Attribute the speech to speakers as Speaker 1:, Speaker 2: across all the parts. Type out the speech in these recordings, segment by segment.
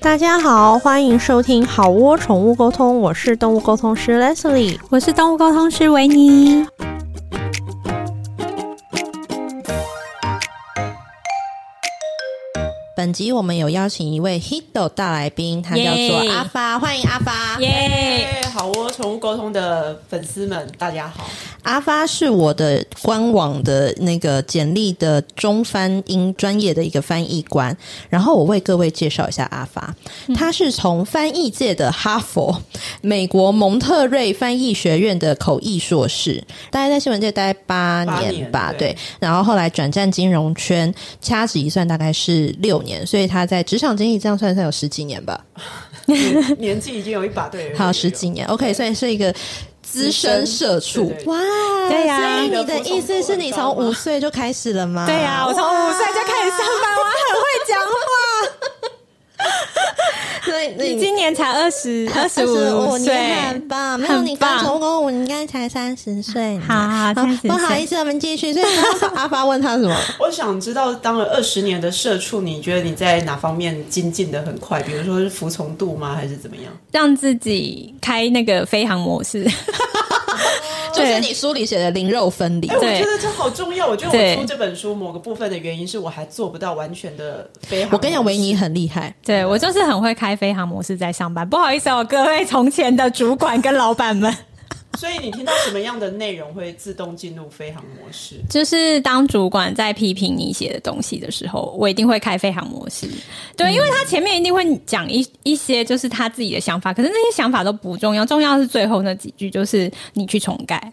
Speaker 1: 大家好，欢迎收听好窝宠物沟通，我是动物沟通师 Leslie。
Speaker 2: 我是动物沟通师维尼。
Speaker 1: 本集我们有邀请一位 Hito 大来宾，他叫做
Speaker 2: Yay
Speaker 1: 阿发，欢迎阿发。
Speaker 2: 耶、
Speaker 3: 耶！哎好窝宠物沟通的粉丝们，大家 好。
Speaker 1: 阿发是我的官网的那个简历的中翻英专业的一个翻译官，然后我为各位介绍一下阿发，他是从翻译界的哈佛、美国蒙特瑞翻译学院的口译硕士，大概在新闻界待八年吧，
Speaker 3: 八年对
Speaker 1: 对，然后后来转战金融圈，掐指一算大概是六年，所以他在职场经历这样算算有十几年吧，
Speaker 3: 年年纪已经有一把对了，
Speaker 1: 好十几年，OK，所以是一个资深社畜
Speaker 3: 对对，对
Speaker 1: 哇，
Speaker 2: 对呀
Speaker 1: 所以你的意思是你从五岁就开始了吗？
Speaker 2: 对呀、我从五岁就开始上班，我很会讲话。
Speaker 1: 所以
Speaker 2: 你
Speaker 1: 经
Speaker 2: 今年才二十二十五
Speaker 1: 你
Speaker 2: 岁，
Speaker 1: 很棒，没有你刚从公公，你应该才三十岁呢。
Speaker 2: 好30岁
Speaker 1: 不好意思，我们继续。所以刚刚阿发问他 什么？
Speaker 3: 我想知道，当了二十年的社畜，你觉得你在哪方面精进的很快？比如说是服从度吗，还是怎么样？
Speaker 2: 让自己开那个飞行模式。
Speaker 1: 就是你书里写的灵肉分离
Speaker 3: 哎、。我
Speaker 2: 对
Speaker 3: 觉得这好重要。我觉得
Speaker 2: 对
Speaker 3: 我出这本书某个部分的原因是我还做不到完全的飞行。
Speaker 1: 我跟你讲，维尼很厉害。
Speaker 2: 对我就是很会开飞行模式在上班。不好意思哦，各位从前的主管跟老板们，
Speaker 3: 所以你听到什么样的内容会自动进入飞行模式？
Speaker 2: 就是当主管在批评你写的东西的时候，我一定会开飞行模式。对，因为他前面一定会讲一一些就是他自己的想法，可是那些想法都不重要，重要是最后那几句，就是你去重改。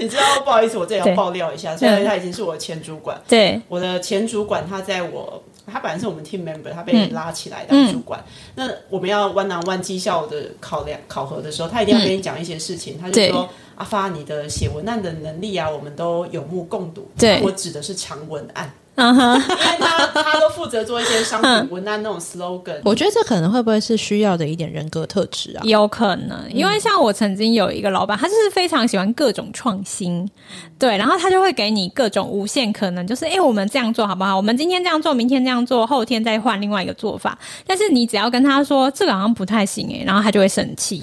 Speaker 3: 你知道，不好意思，我这里
Speaker 2: 对
Speaker 3: 要爆料一下，虽然他已经是我的前主管，
Speaker 2: 对，
Speaker 3: 我的前主管他在我，他本来是我们 team member，他被拉起来当主管。那我们要 one on one 绩效的考量考核的时候，他一定要跟你讲一些事情，他就
Speaker 2: 对
Speaker 3: 说。嗯阿发，你的写文案的能力啊，我们都有目共睹。
Speaker 2: 对
Speaker 3: 我指的是长文案，
Speaker 2: 嗯哼，
Speaker 3: 因为 他他都负责做一些商品文案那种 slogan。
Speaker 1: 我觉得这可能会不会是需要的一点人格特质啊？
Speaker 2: 有可能，因为像我曾经有一个老板，他就是非常喜欢各种创新，对，然后他就会给你各种无限可能，就是哎、诶我们这样做好不好？我们今天这样做，明天这样做，后天再换另外一个做法。但是你只要跟他说这个好像不太行哎、诶然后他就会生气，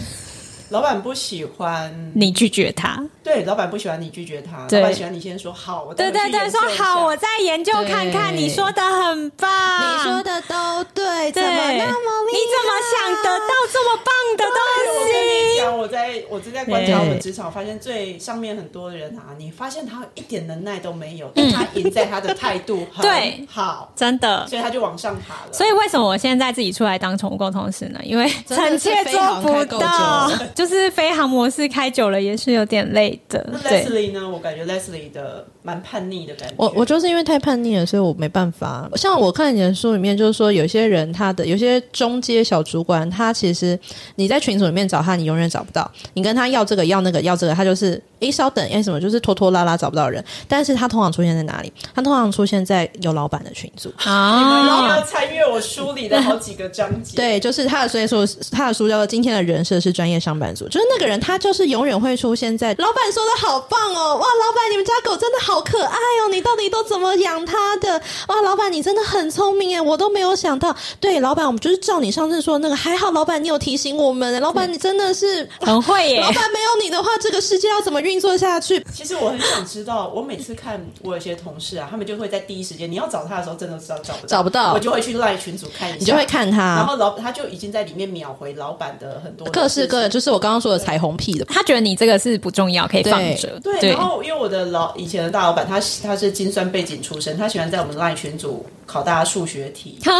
Speaker 3: 老板不喜欢，
Speaker 2: 你拒绝他。
Speaker 3: 对，老板不喜欢你拒绝他，
Speaker 2: 对
Speaker 3: 老板喜欢你先说好， 我
Speaker 2: 对
Speaker 3: 待
Speaker 2: 对
Speaker 3: 会去
Speaker 2: 对，
Speaker 3: 研
Speaker 2: 说
Speaker 3: 究一下
Speaker 2: 好，我再研究看看。
Speaker 1: 对
Speaker 2: 你说的很棒，
Speaker 1: 你说的都对，怎
Speaker 2: 对，
Speaker 1: 么那么厉
Speaker 2: 你怎么想得到这么棒的
Speaker 3: 我
Speaker 2: 东
Speaker 3: 跟你
Speaker 2: 西？
Speaker 3: 讲，我在我正在观察
Speaker 1: 对
Speaker 3: 我们职场，发现最上面很多人啊，你发现他一点能耐都没有，但他赢在他的态
Speaker 1: 嗯
Speaker 3: 度
Speaker 2: 对
Speaker 3: 很好，
Speaker 2: 真的，
Speaker 3: 所以他就往上爬了。
Speaker 2: 所以为什么我现在自己出来当宠物沟通师呢？因为
Speaker 1: 真的
Speaker 2: 臣
Speaker 1: 是
Speaker 2: 妾做不
Speaker 1: 飞
Speaker 2: 到
Speaker 1: 航开，
Speaker 2: 就是飞航模式开久了也是有点累的
Speaker 3: 那。
Speaker 2: 对，
Speaker 3: Leslie 呢？我感觉 Leslie 的蛮叛逆的感觉。
Speaker 1: 我我就是因为太叛逆了，所以我没办法。像我看你的书里面，就是说有些人他的有些中阶小主管，他其实你在群组里面找他，你永远找不到。你跟他要这个要那个要这个，他就是诶稍等诶什么，就是拖拖拉拉找不到人。但是他通常出现在哪里？他通常出现在有老板的群组。
Speaker 3: 然后
Speaker 2: 啊
Speaker 3: 要，参阅我书里的好几个章节。
Speaker 1: 对，就是他的，所以说他的书叫做《今天的人设是专业上班族》，就是那个人他就是永远会出现在老板说的好棒哦，哇，老板你们家狗真的好可爱哦，你到底都怎么养它的？哇，老板你真的很聪明哎，我都没有想到。对，老板我们就是照你上次说的那个，还好老板你有提醒我们，老板你真的是。
Speaker 2: 很会耶
Speaker 1: 老！板没有你的话，这个世界要怎么运作下去？
Speaker 3: 其实我很想知道，我每次看我有些同事啊，他们就会在第一时间，你要找他的时候，真的知道找不到，
Speaker 1: 找不到
Speaker 3: 我就会去赖群组看一下，
Speaker 1: 你就会看
Speaker 3: 然
Speaker 1: 他
Speaker 3: 后老他就已经在里面秒回老板的很多的
Speaker 1: 各式各
Speaker 3: 事
Speaker 1: 的，
Speaker 3: 情
Speaker 1: 就是我刚刚说的彩虹屁的。
Speaker 2: 他觉得你这个是不重要，可以放着。
Speaker 3: 对，然后因为我的老以前的大老板，他他是精算背景出身，他喜欢在我们 LINE 群组考大家数学题，
Speaker 2: 啊，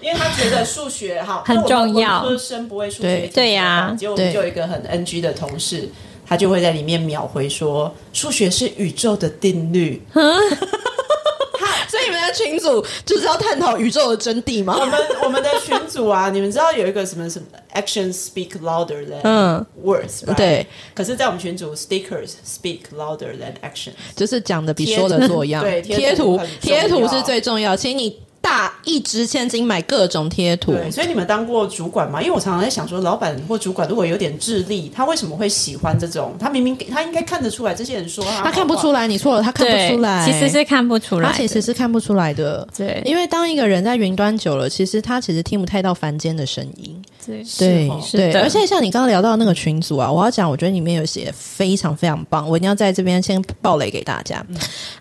Speaker 3: 因为他觉得数学好
Speaker 2: 很重要
Speaker 3: 那我们文科生不会数学
Speaker 1: 对
Speaker 3: 题，
Speaker 2: 对呀
Speaker 3: 结果我们就有一个很 NG 的同事。他就会在里面秒回说：“数学是宇宙的定 律。
Speaker 1: 所以你们的群主就是要探讨宇宙的真谛吗？
Speaker 3: 我们我们的群组啊，你们知道有一个什么什么 “action speak louder than
Speaker 1: 嗯
Speaker 3: words”，、
Speaker 1: 对。
Speaker 3: 可是，在我们群组，stickers speak louder than action。
Speaker 1: 就是讲的比说的做样。
Speaker 3: 对
Speaker 1: 贴
Speaker 3: 贴
Speaker 1: 图
Speaker 3: 图
Speaker 1: 贴
Speaker 3: 很重要
Speaker 1: 图是最重要，请你。大一掷千金买各种贴图，
Speaker 3: 对，所以你们当过主管吗？因为我常常在想说，老板或主管如果有点智力，他为什么会喜欢这种？他明明他应该看得出来，这些人说他
Speaker 1: 他看不出
Speaker 3: 来，
Speaker 1: 来，你错了，他看
Speaker 2: 对
Speaker 1: 不出来，
Speaker 2: 其实是看不出来
Speaker 1: 他
Speaker 2: 的，
Speaker 1: 其实是看不出来的。
Speaker 2: 对
Speaker 1: 因为当一个人在云端久了，其实他其实听不太到凡间的声音。
Speaker 2: 对
Speaker 1: 对
Speaker 3: 哦
Speaker 2: 是
Speaker 1: 对，
Speaker 2: 的
Speaker 1: 而且像你刚刚聊到那个群组啊，我要讲，我觉得里面有写非常非常棒，我一定要在这边先爆雷给大
Speaker 2: 嗯
Speaker 1: 家。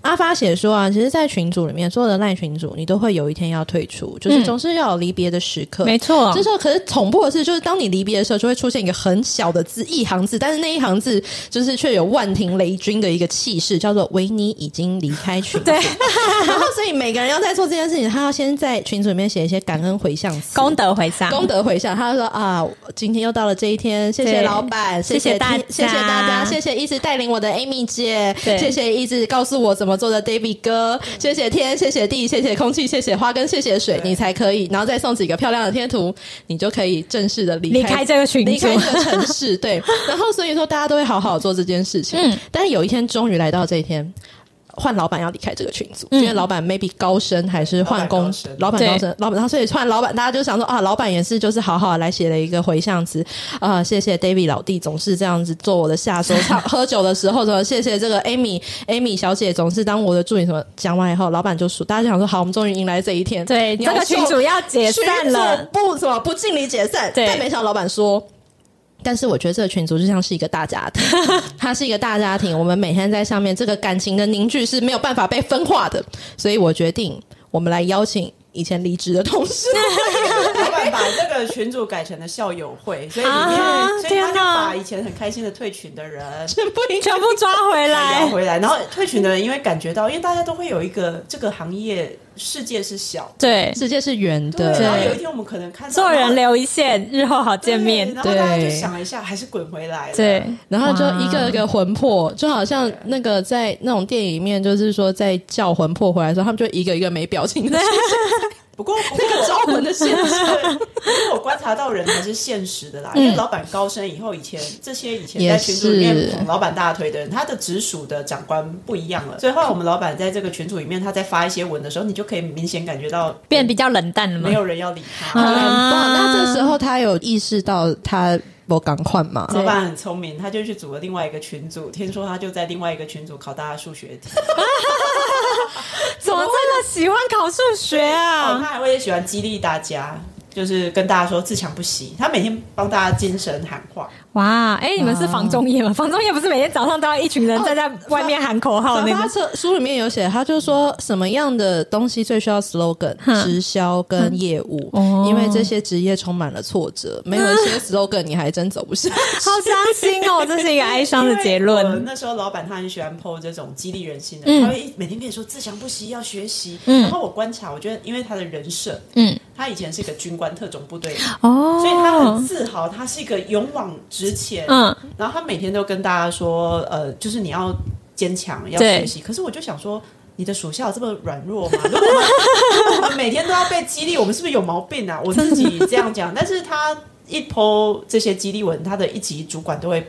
Speaker 1: 阿发写说啊，其实，在群组里面，所有的赖群组，你都会有一天要退出，就是
Speaker 2: 嗯
Speaker 1: 总是要有离别的时刻。
Speaker 2: 没错
Speaker 1: 这，时候可是恐怖的是，就是当你离别的时候，就会出现一个很小的字，一行字，但是那一行字就是却有万庭雷军的一个气势，叫做“维尼已经离开群 组”。
Speaker 2: 对
Speaker 1: 然后，所以每个人要在做这件事情，他要先在群组里面写一些感恩回向词。
Speaker 2: 功德回向，
Speaker 1: 功德回向，他就说啊，今天又到了这一天，谢谢
Speaker 2: 对
Speaker 1: 老板，谢
Speaker 2: 谢谢大
Speaker 1: 听谢谢大家，
Speaker 2: 家
Speaker 1: 谢谢一直带领我的 Amy 姐，
Speaker 2: 对嗯
Speaker 1: 谢谢一直告诉我怎么做的 David 哥，谢谢天，谢谢地，谢谢空气，谢谢花跟谢谢水，
Speaker 3: 对
Speaker 1: 你才可以，然后再送几个漂亮的贴图，你就可以正式的离
Speaker 2: 离开这个群
Speaker 1: 离
Speaker 2: 组
Speaker 1: 开，这个城 市，对。然后所以说大家都会好好做这件事情，
Speaker 2: 嗯
Speaker 1: 但是有一天终于来到这一天。换老板要离开这个群组，因为老板 maybe 高升还是换工，老
Speaker 3: 老
Speaker 1: 板
Speaker 2: 嗯高升
Speaker 1: 高升，老板，然后所以换老板，大家就想说啊，老板也是就是好好来写了一个回向词啊、谢谢 David 老弟总是这样子做我的下手，唱喝酒的时候什么，谢谢这个 Amy Amy 小姐总是当我的助理什么，讲完以后，老板就数，大家就想说好，我们终于迎来这一天，
Speaker 2: 对，
Speaker 1: 鸟
Speaker 2: 这个群
Speaker 1: 兽
Speaker 2: 组要解散
Speaker 1: 群
Speaker 2: 了
Speaker 1: 组，不什么不敬礼解散。
Speaker 2: 对
Speaker 1: 但没想到老板说。但是我觉得这个群组就像是一个大家 庭，它是一个大家庭，我们每天在上面，这个感情的凝聚是没有办法被分化的，所以我决定我们来邀请以前离职的同 事，
Speaker 3: 老板把这个群主改成了校友会，所以里面，
Speaker 2: 啊
Speaker 3: 所以他
Speaker 2: 天
Speaker 3: 就
Speaker 2: 哪
Speaker 3: 把以前很开心的退群的人。
Speaker 1: 全部一
Speaker 2: 全部抓回
Speaker 3: 拉
Speaker 1: 哎
Speaker 2: 来，
Speaker 3: 回来，然后退群的人因为感觉到，因为大家都会有一个这个行业世界是小
Speaker 2: 对，
Speaker 1: 世界是圆
Speaker 3: 的，
Speaker 1: 的，
Speaker 3: 然后有一天我们可能看到
Speaker 2: 做人
Speaker 3: 聊
Speaker 2: 留一线，日后好见面
Speaker 3: 然，后大家就
Speaker 1: 对
Speaker 3: 想一下，还是滚回来了
Speaker 2: 对，
Speaker 1: 然后就一个一个魂魄，就好像那个在那种电影里面，就是说在叫魂魄回来的时候，他们就一个一个没表情的
Speaker 3: 不过，不过我
Speaker 1: 招魂的现象，嗯
Speaker 3: 因为我观察到人还是现实的啦，因为老板高升以后，以前这些以前
Speaker 1: 也
Speaker 3: 在群组里
Speaker 1: 是
Speaker 3: 面捅老板大腿的人，他的直属的长官不一样了。所以后来我们老板在这个群组里面，他在发一些文的时候，你就可以明显感觉到
Speaker 2: 变比较冷淡了嘛
Speaker 3: 没。有人要理他。
Speaker 1: 很棒。
Speaker 2: 啊
Speaker 1: 那这时候他有意识到他不赶快嘛？
Speaker 3: 老板很聪明，他就去组了另外一个群组。听说他就在另外一个群组考大家数学题，
Speaker 2: 怎么这么喜欢考数学
Speaker 3: 哦
Speaker 2: 啊？
Speaker 1: 嗯
Speaker 3: 他还会喜欢激励大家，就是跟大家说自强不息。他每天帮大家精神喊话。
Speaker 2: 哇，哎、你们是防中业吗？防中业不是每天早上都要一群人站在外面喊口 号那
Speaker 1: 他
Speaker 2: 个？
Speaker 1: 这书里面有写，他就说什么样的东西最需要 slogan，
Speaker 2: 哼
Speaker 1: 直销跟业务，
Speaker 2: 哦
Speaker 1: 因为这些职业充满了挫折，没有一 些 slogan 你还真走不下去。
Speaker 2: 好伤心 哦，这是一个哀伤的结
Speaker 3: 因为我
Speaker 2: 论。
Speaker 3: 那时候老板他很喜欢 PO 这种激励人心的，
Speaker 2: 嗯
Speaker 3: 他会一每天跟你说自强不息，要学习。
Speaker 2: 嗯
Speaker 3: 然后我观察，我觉得因为他的人设，
Speaker 2: 嗯，
Speaker 3: 他以前是一个军官特种部队，
Speaker 2: 哦，
Speaker 3: 所以他很自豪，他是一个勇往直前。
Speaker 2: 嗯，
Speaker 3: 然后他每天都跟大家说，呃，就是你要坚强，要
Speaker 2: 对
Speaker 3: 学习。可是我就想说。你的属下有这么软弱吗？如果我们如果我们每天都要被激励，我们是不是有毛病啊？我自己这样讲，但是他一剖这些激励文，他的一级主管都会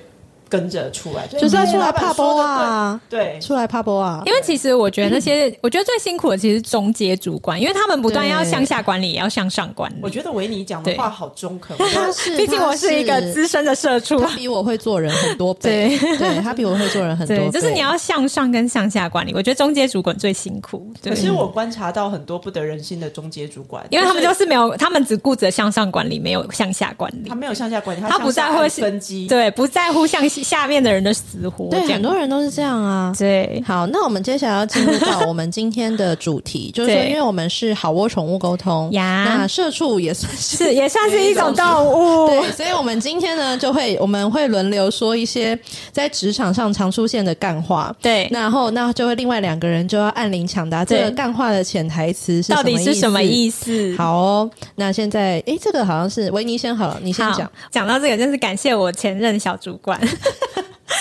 Speaker 3: 跟着出来，
Speaker 1: 就是要
Speaker 3: 对
Speaker 1: 出来
Speaker 3: 老板
Speaker 1: 怕
Speaker 3: 说
Speaker 1: 波
Speaker 3: 得对
Speaker 1: 啊，
Speaker 3: 对，
Speaker 1: 出来怕波啊，
Speaker 2: 因为其实我觉得那些， 我觉得最辛苦的其实是中阶主管，因为他们不断要向下管理，也要向上管
Speaker 3: 我
Speaker 2: 理。
Speaker 3: 觉得维尼讲的
Speaker 2: 对
Speaker 3: 话好中肯，
Speaker 1: 他是，
Speaker 2: 毕竟我是一个资深的社畜
Speaker 1: 他，比我会做人很多倍，对他比我会做人很多
Speaker 2: 对，
Speaker 1: 倍，
Speaker 2: 就是你要向上跟向下管理。我觉得中阶主管最辛苦，对
Speaker 3: 可，是我观察到很多不得人心的中介主管，
Speaker 2: 因为他们
Speaker 3: 就
Speaker 2: 就是是没有，他们只顾着向上管理，没有向下管理
Speaker 3: 他。没有向下管理，
Speaker 2: 他不
Speaker 3: 向
Speaker 2: 在
Speaker 3: 下
Speaker 2: 乎
Speaker 3: 按
Speaker 2: 是
Speaker 3: 分机，
Speaker 2: 对，不在乎像下面的人的死活，
Speaker 1: 对
Speaker 2: 这样
Speaker 1: 很多人都是这样啊。
Speaker 2: 对
Speaker 1: 好，那我们接下来要进入到我们今天的主题，就是说，
Speaker 2: 对
Speaker 1: 因为我们是好窝宠物沟通，
Speaker 2: 呀
Speaker 1: 那社畜也算是
Speaker 2: 是也算是一种动物，
Speaker 1: 对，所以我们今天呢，就会我们会轮流说一些在职场上常出现的干话。
Speaker 2: 对
Speaker 1: 然后那就会另外两个人就要按铃抢答，这
Speaker 2: 对
Speaker 1: 个干话的潜台词是
Speaker 2: 到底是什么
Speaker 1: 思？
Speaker 2: 意思？
Speaker 1: 好哦，那现在诶，这个好像是维尼先好了，你先
Speaker 2: 好，
Speaker 1: 讲。
Speaker 2: 讲到这个，真是感谢我前任小主管，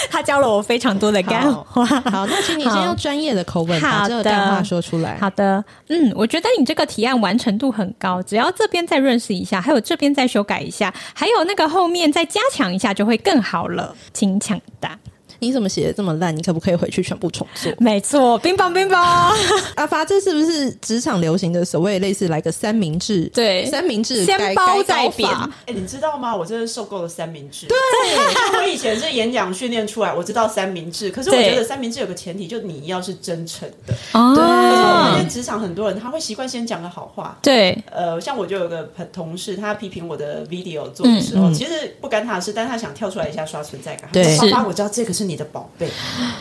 Speaker 2: 他教了我非常多的干话。
Speaker 1: 好，那请你先
Speaker 2: 好
Speaker 1: 用专业的口吻把
Speaker 2: 好
Speaker 1: 这个
Speaker 2: 的
Speaker 1: 干话说出来。
Speaker 2: 好的，嗯，我觉得你这个提案完成度很高，只要这边再认识一下，还有这边再修改一下，还有那个后面再加强一下，就会更好了。请抢答。
Speaker 1: 你怎么写的这么烂？你可不可以回去全部重做？
Speaker 2: 没错，冰棒冰棒，
Speaker 1: 阿发，这是不是职场流行的所谓类似来个三明治？
Speaker 2: 对
Speaker 1: 三明治
Speaker 2: 先
Speaker 1: 改
Speaker 2: 包
Speaker 1: 改
Speaker 2: 再
Speaker 1: 刀法
Speaker 2: 扁
Speaker 3: 哎、你知道吗？我真的受够了三明治。
Speaker 2: 啊
Speaker 3: 对，我以前是演讲训练出来，我知道三明治。可是我
Speaker 2: 对
Speaker 3: 觉得三明治有个前提，就你要是真诚的。
Speaker 2: 哦
Speaker 3: 因为职场很多人他会习惯先讲个好话。
Speaker 2: 对
Speaker 3: 呃，像我就有个朋同事，他批评我的 video 做的时候，其实不干他的事，但是他想跳出来一下刷存在感。
Speaker 1: 对
Speaker 3: 他
Speaker 2: 嗯
Speaker 3: 说
Speaker 2: 是
Speaker 3: 爸爸，我知道这个是你的宝贝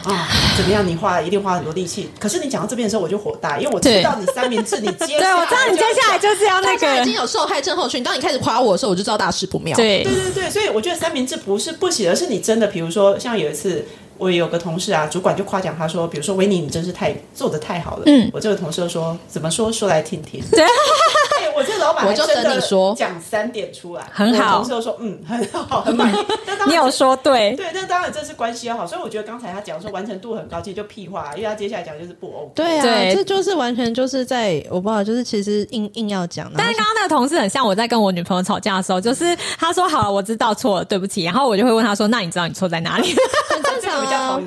Speaker 3: 啊，怎么样？你花一定花很多力气。可是你讲到这边的时候，我就火大，因为我知
Speaker 2: 对
Speaker 3: 道你三明治，你接
Speaker 2: 对，
Speaker 3: 下来
Speaker 2: 我知道你接
Speaker 3: 就
Speaker 2: 下来就是要那
Speaker 1: 大家已经
Speaker 2: 个
Speaker 1: 有受害症候群，当你开始夸我的时候，我就知道大事不妙。，
Speaker 2: 对
Speaker 3: 对对对，所以我觉得三明治不是不行，而是你真的，比如说像有一次。我有个同事啊，主管就夸奖他说，比如说维尼，你真是太做的太好了。
Speaker 2: 嗯
Speaker 3: 我这个同事就说，怎么说说来听听。
Speaker 2: 对，
Speaker 3: 哎我这个老板
Speaker 1: 我就
Speaker 3: 还真的
Speaker 1: 等你说
Speaker 3: 讲三点出来，
Speaker 2: 很好
Speaker 3: 我同事就说，嗯，很好，很满意。但当然
Speaker 2: 你有说对，
Speaker 3: 对，但当然这是关系要好，所以我觉得刚才他讲说完成度很高，其实就屁话，啊因为他接下来讲就是不 OK。
Speaker 1: 对啊，
Speaker 2: 对
Speaker 1: 这就是完全就是在我不知道，就是其实硬硬要讲，
Speaker 2: 但是刚刚那个同事很像我在跟我女朋友吵架的时候，就是她说好了，我知道错了，对不起，然后我就会问她说，那你知道你错在哪里？
Speaker 1: 很正啊
Speaker 3: 这个比较 讨厌。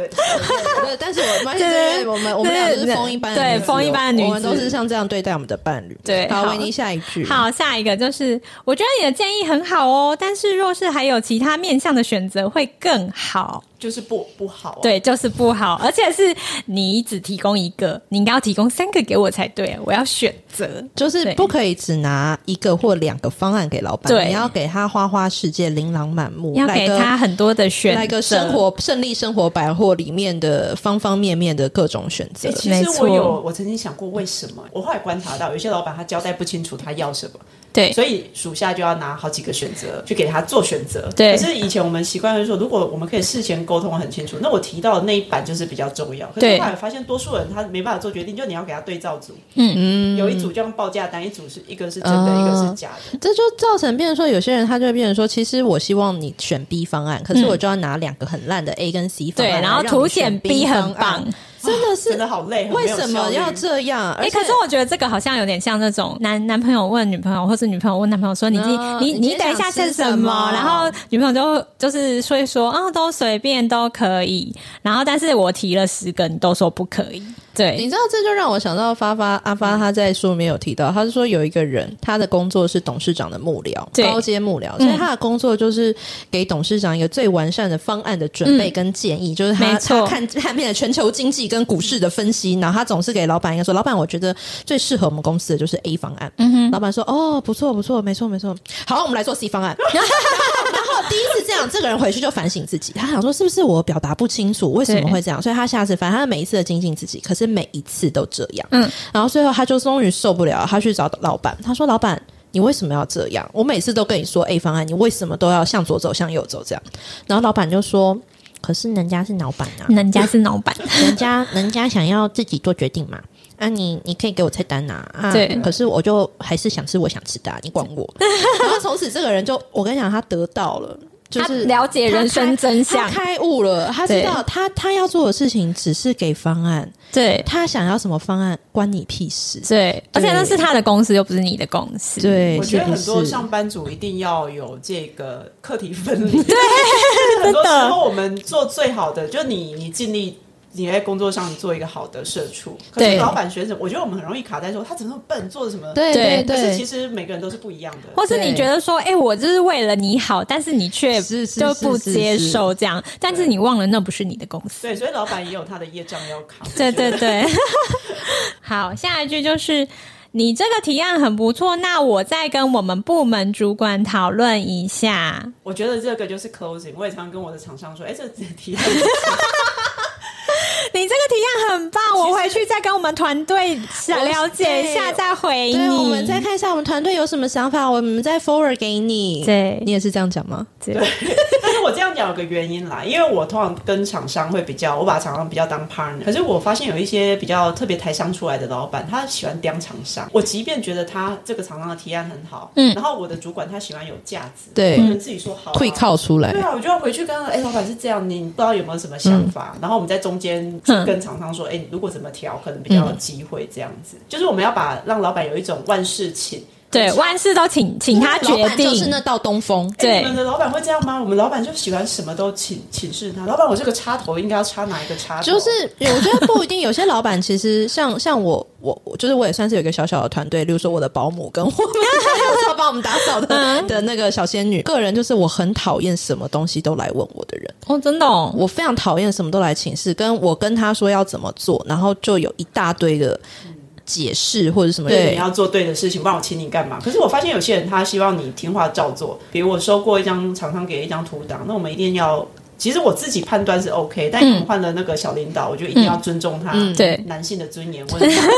Speaker 1: 对，但是我们
Speaker 2: 对对
Speaker 1: 对，我们我们俩就是风一般的
Speaker 2: 对
Speaker 1: 女子哦
Speaker 2: 风一般的女子
Speaker 1: 我们都是像这样对待我们的伴侣。
Speaker 2: 对
Speaker 1: 好，
Speaker 2: 好
Speaker 1: 维尼下一句。，
Speaker 2: 好，下一个就是，我觉得你的建议很好哦，但是若是还有其他面向的选择会更好。
Speaker 3: 就是不不好、啊。，
Speaker 2: 对，就是不好，而且是你只提供一个，你应该要提供三个给我才对，我要选择。
Speaker 1: 就是
Speaker 2: 对
Speaker 1: 不可以只拿一个或两个方案给老板，
Speaker 2: 对
Speaker 1: 你要给他花花世界、琳琅满目，
Speaker 2: 要
Speaker 1: 来
Speaker 2: 给
Speaker 1: 个
Speaker 2: 他很多的选择，
Speaker 1: 来个生活胜利生活百货里面的方方面面的各种选择
Speaker 3: 欸、。其
Speaker 2: 没
Speaker 3: 实
Speaker 2: 错
Speaker 3: 我有，我曾经想过为什么，我后来观察到，有些老板他交代不清楚他要什么，
Speaker 2: 对
Speaker 3: 所以属下就要拿好几个选择去给他做选择。
Speaker 2: 对
Speaker 3: 可是以前我们习惯会说，如果我们可以事前沟通很清楚，那我提到的那一版就是比较重要。可是
Speaker 2: 对
Speaker 3: 后来我发现，多数人他没办法做决定，就你要给他对照组，
Speaker 2: 嗯，
Speaker 3: 有一组就用报价单，一组是一个是真的，
Speaker 1: 哦
Speaker 3: 一个是假的。
Speaker 1: 这就造成变成说，有些人他就会变成说，其实我希望你选 B 方案，可是我就要拿两个很烂的 A 跟 C 方
Speaker 2: 嗯对，
Speaker 1: 案来让你选 B
Speaker 2: 然
Speaker 1: 方
Speaker 2: 后凸显 B 很
Speaker 1: 案，
Speaker 2: 棒。
Speaker 1: 真的是
Speaker 3: 真的好累，很没
Speaker 1: 为
Speaker 3: 有
Speaker 1: 什么
Speaker 3: 效率
Speaker 1: 要这样？
Speaker 2: 哎、
Speaker 1: 而且
Speaker 2: 可是我觉得这个好像有点像那种男男朋友问女朋友，或是女朋友问男朋友说：“你你
Speaker 1: 嗯
Speaker 2: 你
Speaker 1: 你今天
Speaker 2: 等一下
Speaker 1: 想
Speaker 2: 吃
Speaker 1: 吃
Speaker 2: 什
Speaker 1: 什
Speaker 2: 么
Speaker 1: 么？”
Speaker 2: 然后女朋友就就是会说：“啊、都随便都可以。”然后但是我提了十个，你都说不可以。对嗯
Speaker 1: 你知道，这就让我想到发发阿发，他在书里面有提到，他是说有一个人，他的工作是董事长的幕僚，
Speaker 2: 对嗯
Speaker 1: 高阶幕僚，所以他的工作就是给董事长一个最完善的方案的准备跟建议，就是他
Speaker 2: 嗯没错
Speaker 1: 他看看遍了全球经济跟股市的分析，然后他总是给老板一个说，老板，我觉得最适合我们公司的就是 A 方案，老板说哦，不错不错，没错没错，好，我们来做 C 方 案。然后然后第一次这样，这个人回去就反省自己，他想说是不是我表达不清楚，为什么
Speaker 2: 对
Speaker 1: 会这样？所以他下次反正他每一次的精进自己，可是每一次都这样。
Speaker 2: 嗯
Speaker 1: 嗯，然后最后他就终于受不了，他去找老板，他说：“老板，你为什么要这样？我每次都跟你说 A 方案，你为什么都要向左走向右走这样？”然后老板就说：“可是人家是老板啊，
Speaker 2: 人家是老板，
Speaker 1: 人家人家想要自己做决定嘛。”啊你，你可以给我菜单呐、啊，
Speaker 2: 对
Speaker 1: 可是我就还是想吃我想吃的、啊，你管 我。然后从此这个人就，我跟你讲，他得到了， 就
Speaker 2: 他
Speaker 1: 是
Speaker 2: 了解人生真相
Speaker 1: 他。开悟了，他知道他他要做的事情只是给方案，
Speaker 2: 对
Speaker 1: 他想要什么方案关你屁事。
Speaker 2: 对，而且那是他的公司，又不是你的公司。
Speaker 1: 对，
Speaker 3: 我觉得
Speaker 1: 是不
Speaker 3: 很多
Speaker 1: 是
Speaker 3: 上班族一定要有这个课题分离。对， 很多时候我们做最好的，就你你尽力。你在工作上做一个好的社畜，可是
Speaker 2: 对
Speaker 3: 老板学者，我觉得我们很容易卡在说他怎么那么笨，做了什么？
Speaker 1: 对
Speaker 2: 对
Speaker 1: 对
Speaker 3: 但是其
Speaker 1: 对，
Speaker 3: 实每个人都是不一样的。
Speaker 2: 或是你
Speaker 1: 对
Speaker 2: 觉得说，哎、我就是为了你好，但是你却
Speaker 1: 是是
Speaker 2: 就不
Speaker 1: 是是
Speaker 2: 接
Speaker 1: 是
Speaker 2: 受这样，但是你忘了那不是你的公司。
Speaker 3: 对，所以老板也有他的业障要扛。
Speaker 2: 对对 对，好，下一句就是你这个提案很不错，那我再跟我们部门主管讨论一下。
Speaker 3: 我觉得这个就是 closing。我也常跟我的厂商说，哎，这这题
Speaker 2: 你这个提案很棒，我回去再跟我们团队想
Speaker 1: 我
Speaker 2: 了解一下，
Speaker 1: 对
Speaker 2: 再回
Speaker 1: 对，
Speaker 2: 你。
Speaker 1: 我们再看一下我们团队有什么想法，我们再 forward 给你。
Speaker 2: 对
Speaker 1: 你也是这样讲吗？
Speaker 2: 对
Speaker 3: 但是我这样讲有个原因啦，因为我通常跟厂商会比较，我把厂商比较当 partner。可是我发现有一些比较特别台商出来的老板，他喜欢刁厂商。我即便觉得他这个厂商的提案很好，嗯，然后我的主管他喜欢有价值，
Speaker 1: 对
Speaker 3: 我能自己说好、啊，
Speaker 1: 会靠出来
Speaker 3: 对。啊，我就要回去跟他，哎、老板是这样，你不知道有没有什么想法？然后我们在中间去跟厂商说，哎、如果怎么调，可能比较有机会这样子。就是我们要把让老板有一种万事请，
Speaker 2: 对，万事都请请他决
Speaker 1: 老板
Speaker 2: 定，
Speaker 1: 就是那道东风，
Speaker 2: 对
Speaker 3: 哎你们的老板会这样吗？我们老板就喜欢什么都请请示他。老板，我这个插头应该要插哪一个插头？
Speaker 1: 就是我觉得不一定，有些老板其实像像我，我我就是我也算是有一个小小的团队，例如说我的保姆跟我们 有时候帮我们打扫 的的那个小仙女，个人就是我很讨厌什么东西都来问我的人，
Speaker 2: 哦，真的哦，
Speaker 1: 我非常讨厌什么都来请示，跟我跟他说要怎么做，然后就有一大堆的解释或者什么
Speaker 3: 对，你要做对的事情，不然我请你干嘛？可是我发现有些人他希望你听话照做，比如我收过一张厂商给一张图档，那我们一定要。其实我自己判断是 OK，但你们换了那个小领导，我就一定要尊重他
Speaker 2: 嗯对
Speaker 3: 男性的尊严。我很想人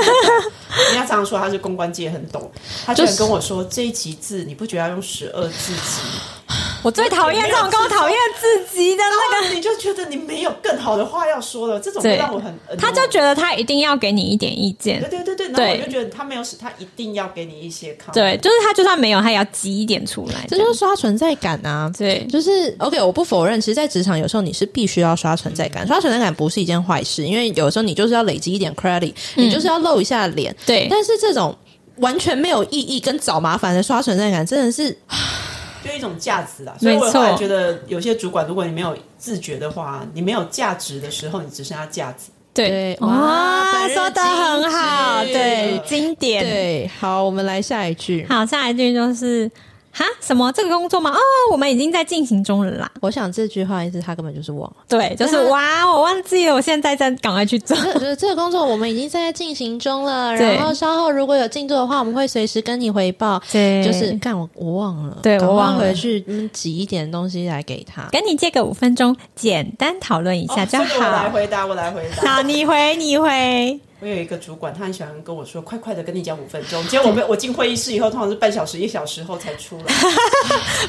Speaker 3: 家常常说他是公关界很懂，他居然跟我说这一集字你不觉得要用十二字集？
Speaker 2: 我最讨厌这种跟我讨厌自己的那
Speaker 3: 那你就觉得你没有更好的话要说了，这种会
Speaker 2: 对
Speaker 3: 让我很
Speaker 2: 个，他就觉得他一定要给你一点意见
Speaker 3: 对，对对对，然后
Speaker 2: 对
Speaker 3: 我就觉得他没有使他一定要给你一些抗
Speaker 2: 对，就是他就算没有，他也要挤一点出来，
Speaker 1: 这就是刷存在感啊。
Speaker 2: 对
Speaker 1: 就是 OK，我不否认，其实，在职场有时候你是必须要刷存在
Speaker 2: 嗯
Speaker 1: 感，刷存在感不是一件坏事，因为有时候你就是要累积一点 credit，、你就是要露一下脸。
Speaker 2: 嗯对
Speaker 1: 但是这种完全没有意义跟找麻烦的刷存在感，真的是
Speaker 3: 就一种价值啊啦。所以我
Speaker 2: 没
Speaker 3: 后
Speaker 2: 错
Speaker 3: 来觉得，有些主管，如果你没有自觉的话，你没有价值的时候，你只剩下价值。
Speaker 1: 对
Speaker 2: 对，哦
Speaker 1: 哇
Speaker 2: 哇，
Speaker 1: 本人
Speaker 2: 啊说的很好，
Speaker 3: 精致
Speaker 2: 对，经典，
Speaker 1: 对。好，我们来下一句。
Speaker 2: 好，下一句就是哈什么这个工作吗？哦，我们已经在进行中了啦。
Speaker 1: 我想这句话意思他根本就是忘了，
Speaker 2: 对，就是
Speaker 1: 对啊
Speaker 2: 哇，我忘记了，我现在在赶快去做。
Speaker 1: 这这这个工作我们已经在进行中了，
Speaker 2: 对
Speaker 1: 然后稍后如果有进度的话，我们会随时跟你回报。
Speaker 2: 对
Speaker 1: 就是干我我忘了，
Speaker 2: 对
Speaker 1: 赶
Speaker 2: 我
Speaker 1: 快
Speaker 2: 忘了
Speaker 1: 回去嗯挤一点东西来给他。
Speaker 2: 跟你借个五分钟，简单讨论一 下
Speaker 3: 哦
Speaker 2: 就
Speaker 3: 这个我来
Speaker 2: 好。
Speaker 3: 回答，我来回答。
Speaker 2: 好，你回，你回。
Speaker 3: 我有一个主管，他很喜欢跟我说：“快快的跟你讲五分钟。”结果我们我进会议室以后，通常是半小时、一小时后才出来。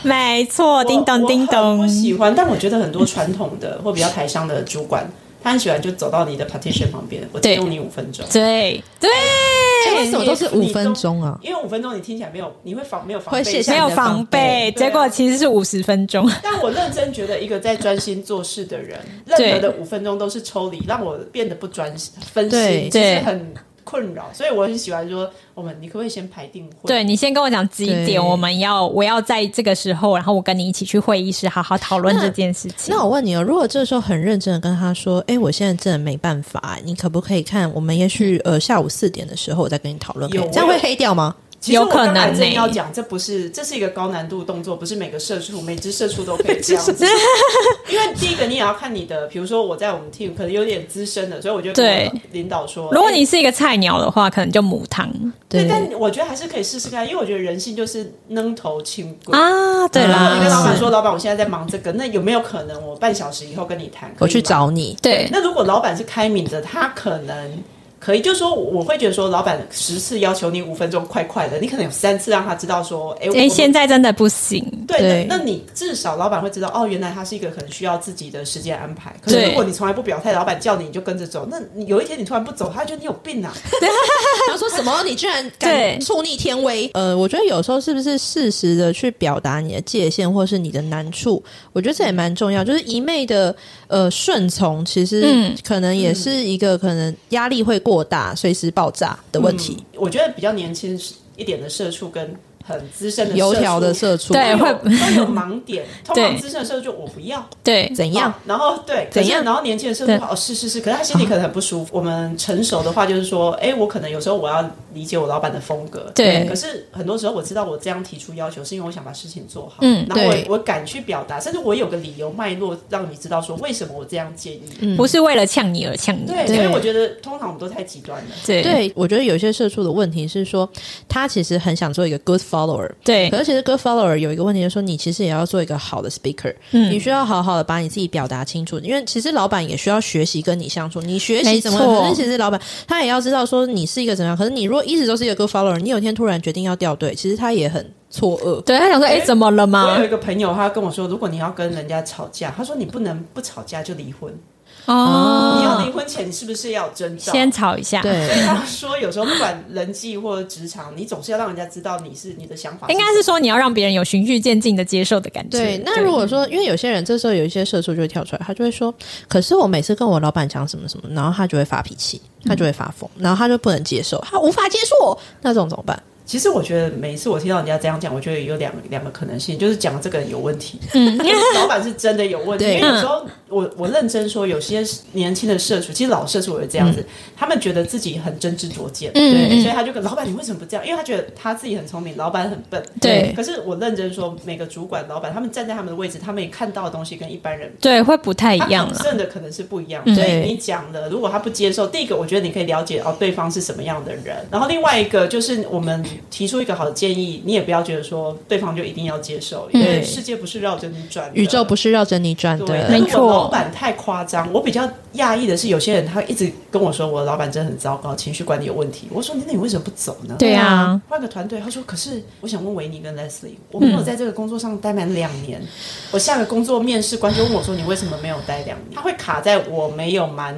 Speaker 2: 没错，
Speaker 3: 我
Speaker 2: 叮咚叮
Speaker 3: 我
Speaker 2: 咚
Speaker 3: 很不，喜欢，但我觉得很多传统的或比较台商的主管，他很喜欢就走到你的 partition 旁边，我借
Speaker 2: 对
Speaker 3: 用你五分钟。
Speaker 2: 对对，
Speaker 1: 哎为什么都是五分钟啊？
Speaker 3: 因为五分钟你听起来没有，你会防没有防
Speaker 1: 会
Speaker 3: 备
Speaker 1: 卸
Speaker 3: 心
Speaker 1: 下
Speaker 2: 没有防备，
Speaker 3: 对啊
Speaker 2: 结果其实是五十分钟。
Speaker 3: 但我认真觉得，一个在专心做事的人，任何的五分钟都是抽离，让我变得不专心、分
Speaker 1: 对
Speaker 3: 心，其实
Speaker 2: 对
Speaker 3: 很困扰。所以我很喜欢说，我们你可不可以先排定会？
Speaker 2: 对你先跟我讲几
Speaker 1: 对
Speaker 2: 点，我们要我要在这个时候，然后我跟你一起去会议室好好讨论
Speaker 1: 那
Speaker 2: 这件事情。
Speaker 1: 那我问你哦，如果这时候很认真的跟他说：“哎、我现在真的没办法，你可不可以看？我们也许呃下午四点的时候我再跟你讨论，可以
Speaker 3: 有
Speaker 1: 这样会黑掉吗
Speaker 3: 其实我
Speaker 2: 有可能欸
Speaker 3: 刚才真
Speaker 2: 呢
Speaker 3: 要讲，这不是这是一个高难度动作，不是每个社畜、每只社畜都可以这 样子。因为第一个，你也要看你的，比如说我在我们 team 可能有点资深的，所以我就跟
Speaker 2: 对
Speaker 3: 我领导说，
Speaker 2: 如果
Speaker 3: 哎
Speaker 2: 你是一个菜鸟的话，可能就母汤？”
Speaker 3: 对，但我觉得还是可以试试看，因为我觉得人性就是扔头轻滚。
Speaker 2: 啊。
Speaker 1: 嗯
Speaker 2: 对
Speaker 3: 然后
Speaker 2: 啦，
Speaker 3: 你跟老板
Speaker 2: 是
Speaker 3: 说，老板，我现在在忙这个，那有没有可能我半小时以后跟你谈？可以
Speaker 1: 我去
Speaker 3: 吗
Speaker 1: 找你。
Speaker 2: 对
Speaker 3: 那如果老板是开明的，他可能可以，就是说我会觉得说，老板十次要求你五分钟，快快的，你可能有三次让他知道说，哎、我
Speaker 2: 哎，现在真的不行。
Speaker 3: 对
Speaker 1: 对
Speaker 3: 那，那你至少老板会知道，哦，原来他是一个可能需要自己的时间安排。可是
Speaker 2: 对
Speaker 3: 如果你从来不表态，老板叫你你就跟着走，那你有一天你突然不走，他觉得你有病啊。
Speaker 1: 他说什么？ 你居然敢
Speaker 2: 对
Speaker 1: 触逆天威？呃，我觉得有时候是不是适时的去表达你的界限或是你的难处，我觉得这也蛮重要。就是一昧的呃顺从，其实
Speaker 2: 嗯
Speaker 1: 可能也是一个可能压力会过大、随时爆炸的问题。
Speaker 3: 我觉得比较年轻一点的社畜跟很资深的
Speaker 1: 油条的社
Speaker 3: 社畜
Speaker 1: 畜，
Speaker 2: 对
Speaker 3: 都
Speaker 2: 会
Speaker 3: 有都有盲点。通常
Speaker 2: 对
Speaker 3: 资深的社畜就我不要。
Speaker 2: 对，
Speaker 1: 怎样？
Speaker 3: 哦然后对，
Speaker 1: 怎
Speaker 3: 可是
Speaker 1: 样
Speaker 3: 然后年轻人社会
Speaker 2: 对
Speaker 3: 话哦，是是是，可是他心里可能很不舒服。我们成熟的话就是说，哎，我可能有时候我要理解我老板的风格，
Speaker 2: 对
Speaker 3: 可是很多时候我知道我这样提出要求，是因为我想把事情做好，
Speaker 2: 嗯
Speaker 3: 然后我
Speaker 1: 对
Speaker 3: 我敢去表达，甚至我有个理由脉络让你知道说为什么我这样建议。
Speaker 2: 不是为了呛你而呛你。
Speaker 3: 嗯对，
Speaker 1: 对
Speaker 3: 所以我觉得通常我们都太极端了。
Speaker 2: 对
Speaker 1: 对，我觉得有些社畜的问题是说，他其实很想做一个 good follower，
Speaker 2: 对
Speaker 1: 可是其实 good follower 有一个问题就是说，你其实也要做一个好的 speaker，、你
Speaker 2: 嗯
Speaker 1: 需要好好的把你自己表达清楚，因为其实老板也需要学习跟你相处，你学习
Speaker 2: 没
Speaker 1: 怎么样，
Speaker 2: 错
Speaker 1: 可是其实老板他也要知道说你是一个怎么样，可是你如果一直都是一个 good follower，你有一天突然决定要掉队，其实他也很错愕。
Speaker 2: 对，他想说，哎，怎么了
Speaker 3: 我
Speaker 2: 吗
Speaker 3: 有一？个朋友，他跟我说，如果你要跟人家吵架，他说你不能不吵架就离婚，
Speaker 2: 哦，
Speaker 3: 你要离婚前你是不是要征兆？
Speaker 2: 先吵一下。
Speaker 1: 对
Speaker 3: 所以他说，有时候不管人际或者职场，你总是要让人家知道你是你的想法。
Speaker 2: 应该是说你要让别人有循序渐进的接受的感觉。
Speaker 1: 对，那如果说，因为有些人这时候有一些社畜就会跳出来，他就会说：“可是我每次跟我老板讲什么什么，然后他就会发脾气，他就会发疯，然后他就不能接受，他无法接受，那这种怎么办？
Speaker 3: 其实我觉得每一次我听到人家这样讲，我觉得有两两个可能性，就是讲这个人有 问题，
Speaker 2: 嗯
Speaker 3: 老板是真的有问题。因
Speaker 1: 对
Speaker 3: 为有时候我我认真说，有些年轻的社畜，其实老社畜也是这样子，他们觉得自己很真知灼见，
Speaker 2: 嗯
Speaker 3: 对，
Speaker 2: 嗯
Speaker 3: 所以他就跟老板你为什么不这样？因为他觉得他自己很聪明，老板很笨。
Speaker 2: 对
Speaker 3: 可是我认真说，每个主管、老板他们站在他们的位置，他们也看到的东西跟一般人
Speaker 2: 对，会不太一样
Speaker 3: 他
Speaker 2: 了。
Speaker 3: 剩的可能是不一样，
Speaker 2: 嗯
Speaker 3: 所以你讲了，如果他不接受，第一个我觉得你可以了解哦，对方是什么样的人，然后另外一个就是我们提出一个好的建议，你也不要觉得说对方就一定要接受，因为
Speaker 2: 嗯
Speaker 1: 对
Speaker 3: 世界不是绕着你转的，
Speaker 1: 宇宙不是绕着你转
Speaker 3: 对，
Speaker 2: 没，
Speaker 1: 的
Speaker 3: 但是我
Speaker 2: 错
Speaker 3: 老板太夸张。我比较讶异的是，有些人他一直跟我说，我的老板真的很糟糕，情绪管理有问题。我说，那你为什么不走呢？
Speaker 2: 对啊，
Speaker 3: 换个团队。他说，可是我想问维尼跟 Leslie，我没有在这个工作上待满两年，我下个工作面试官就问我说，你为什么没有待两年？他会卡在我没有满。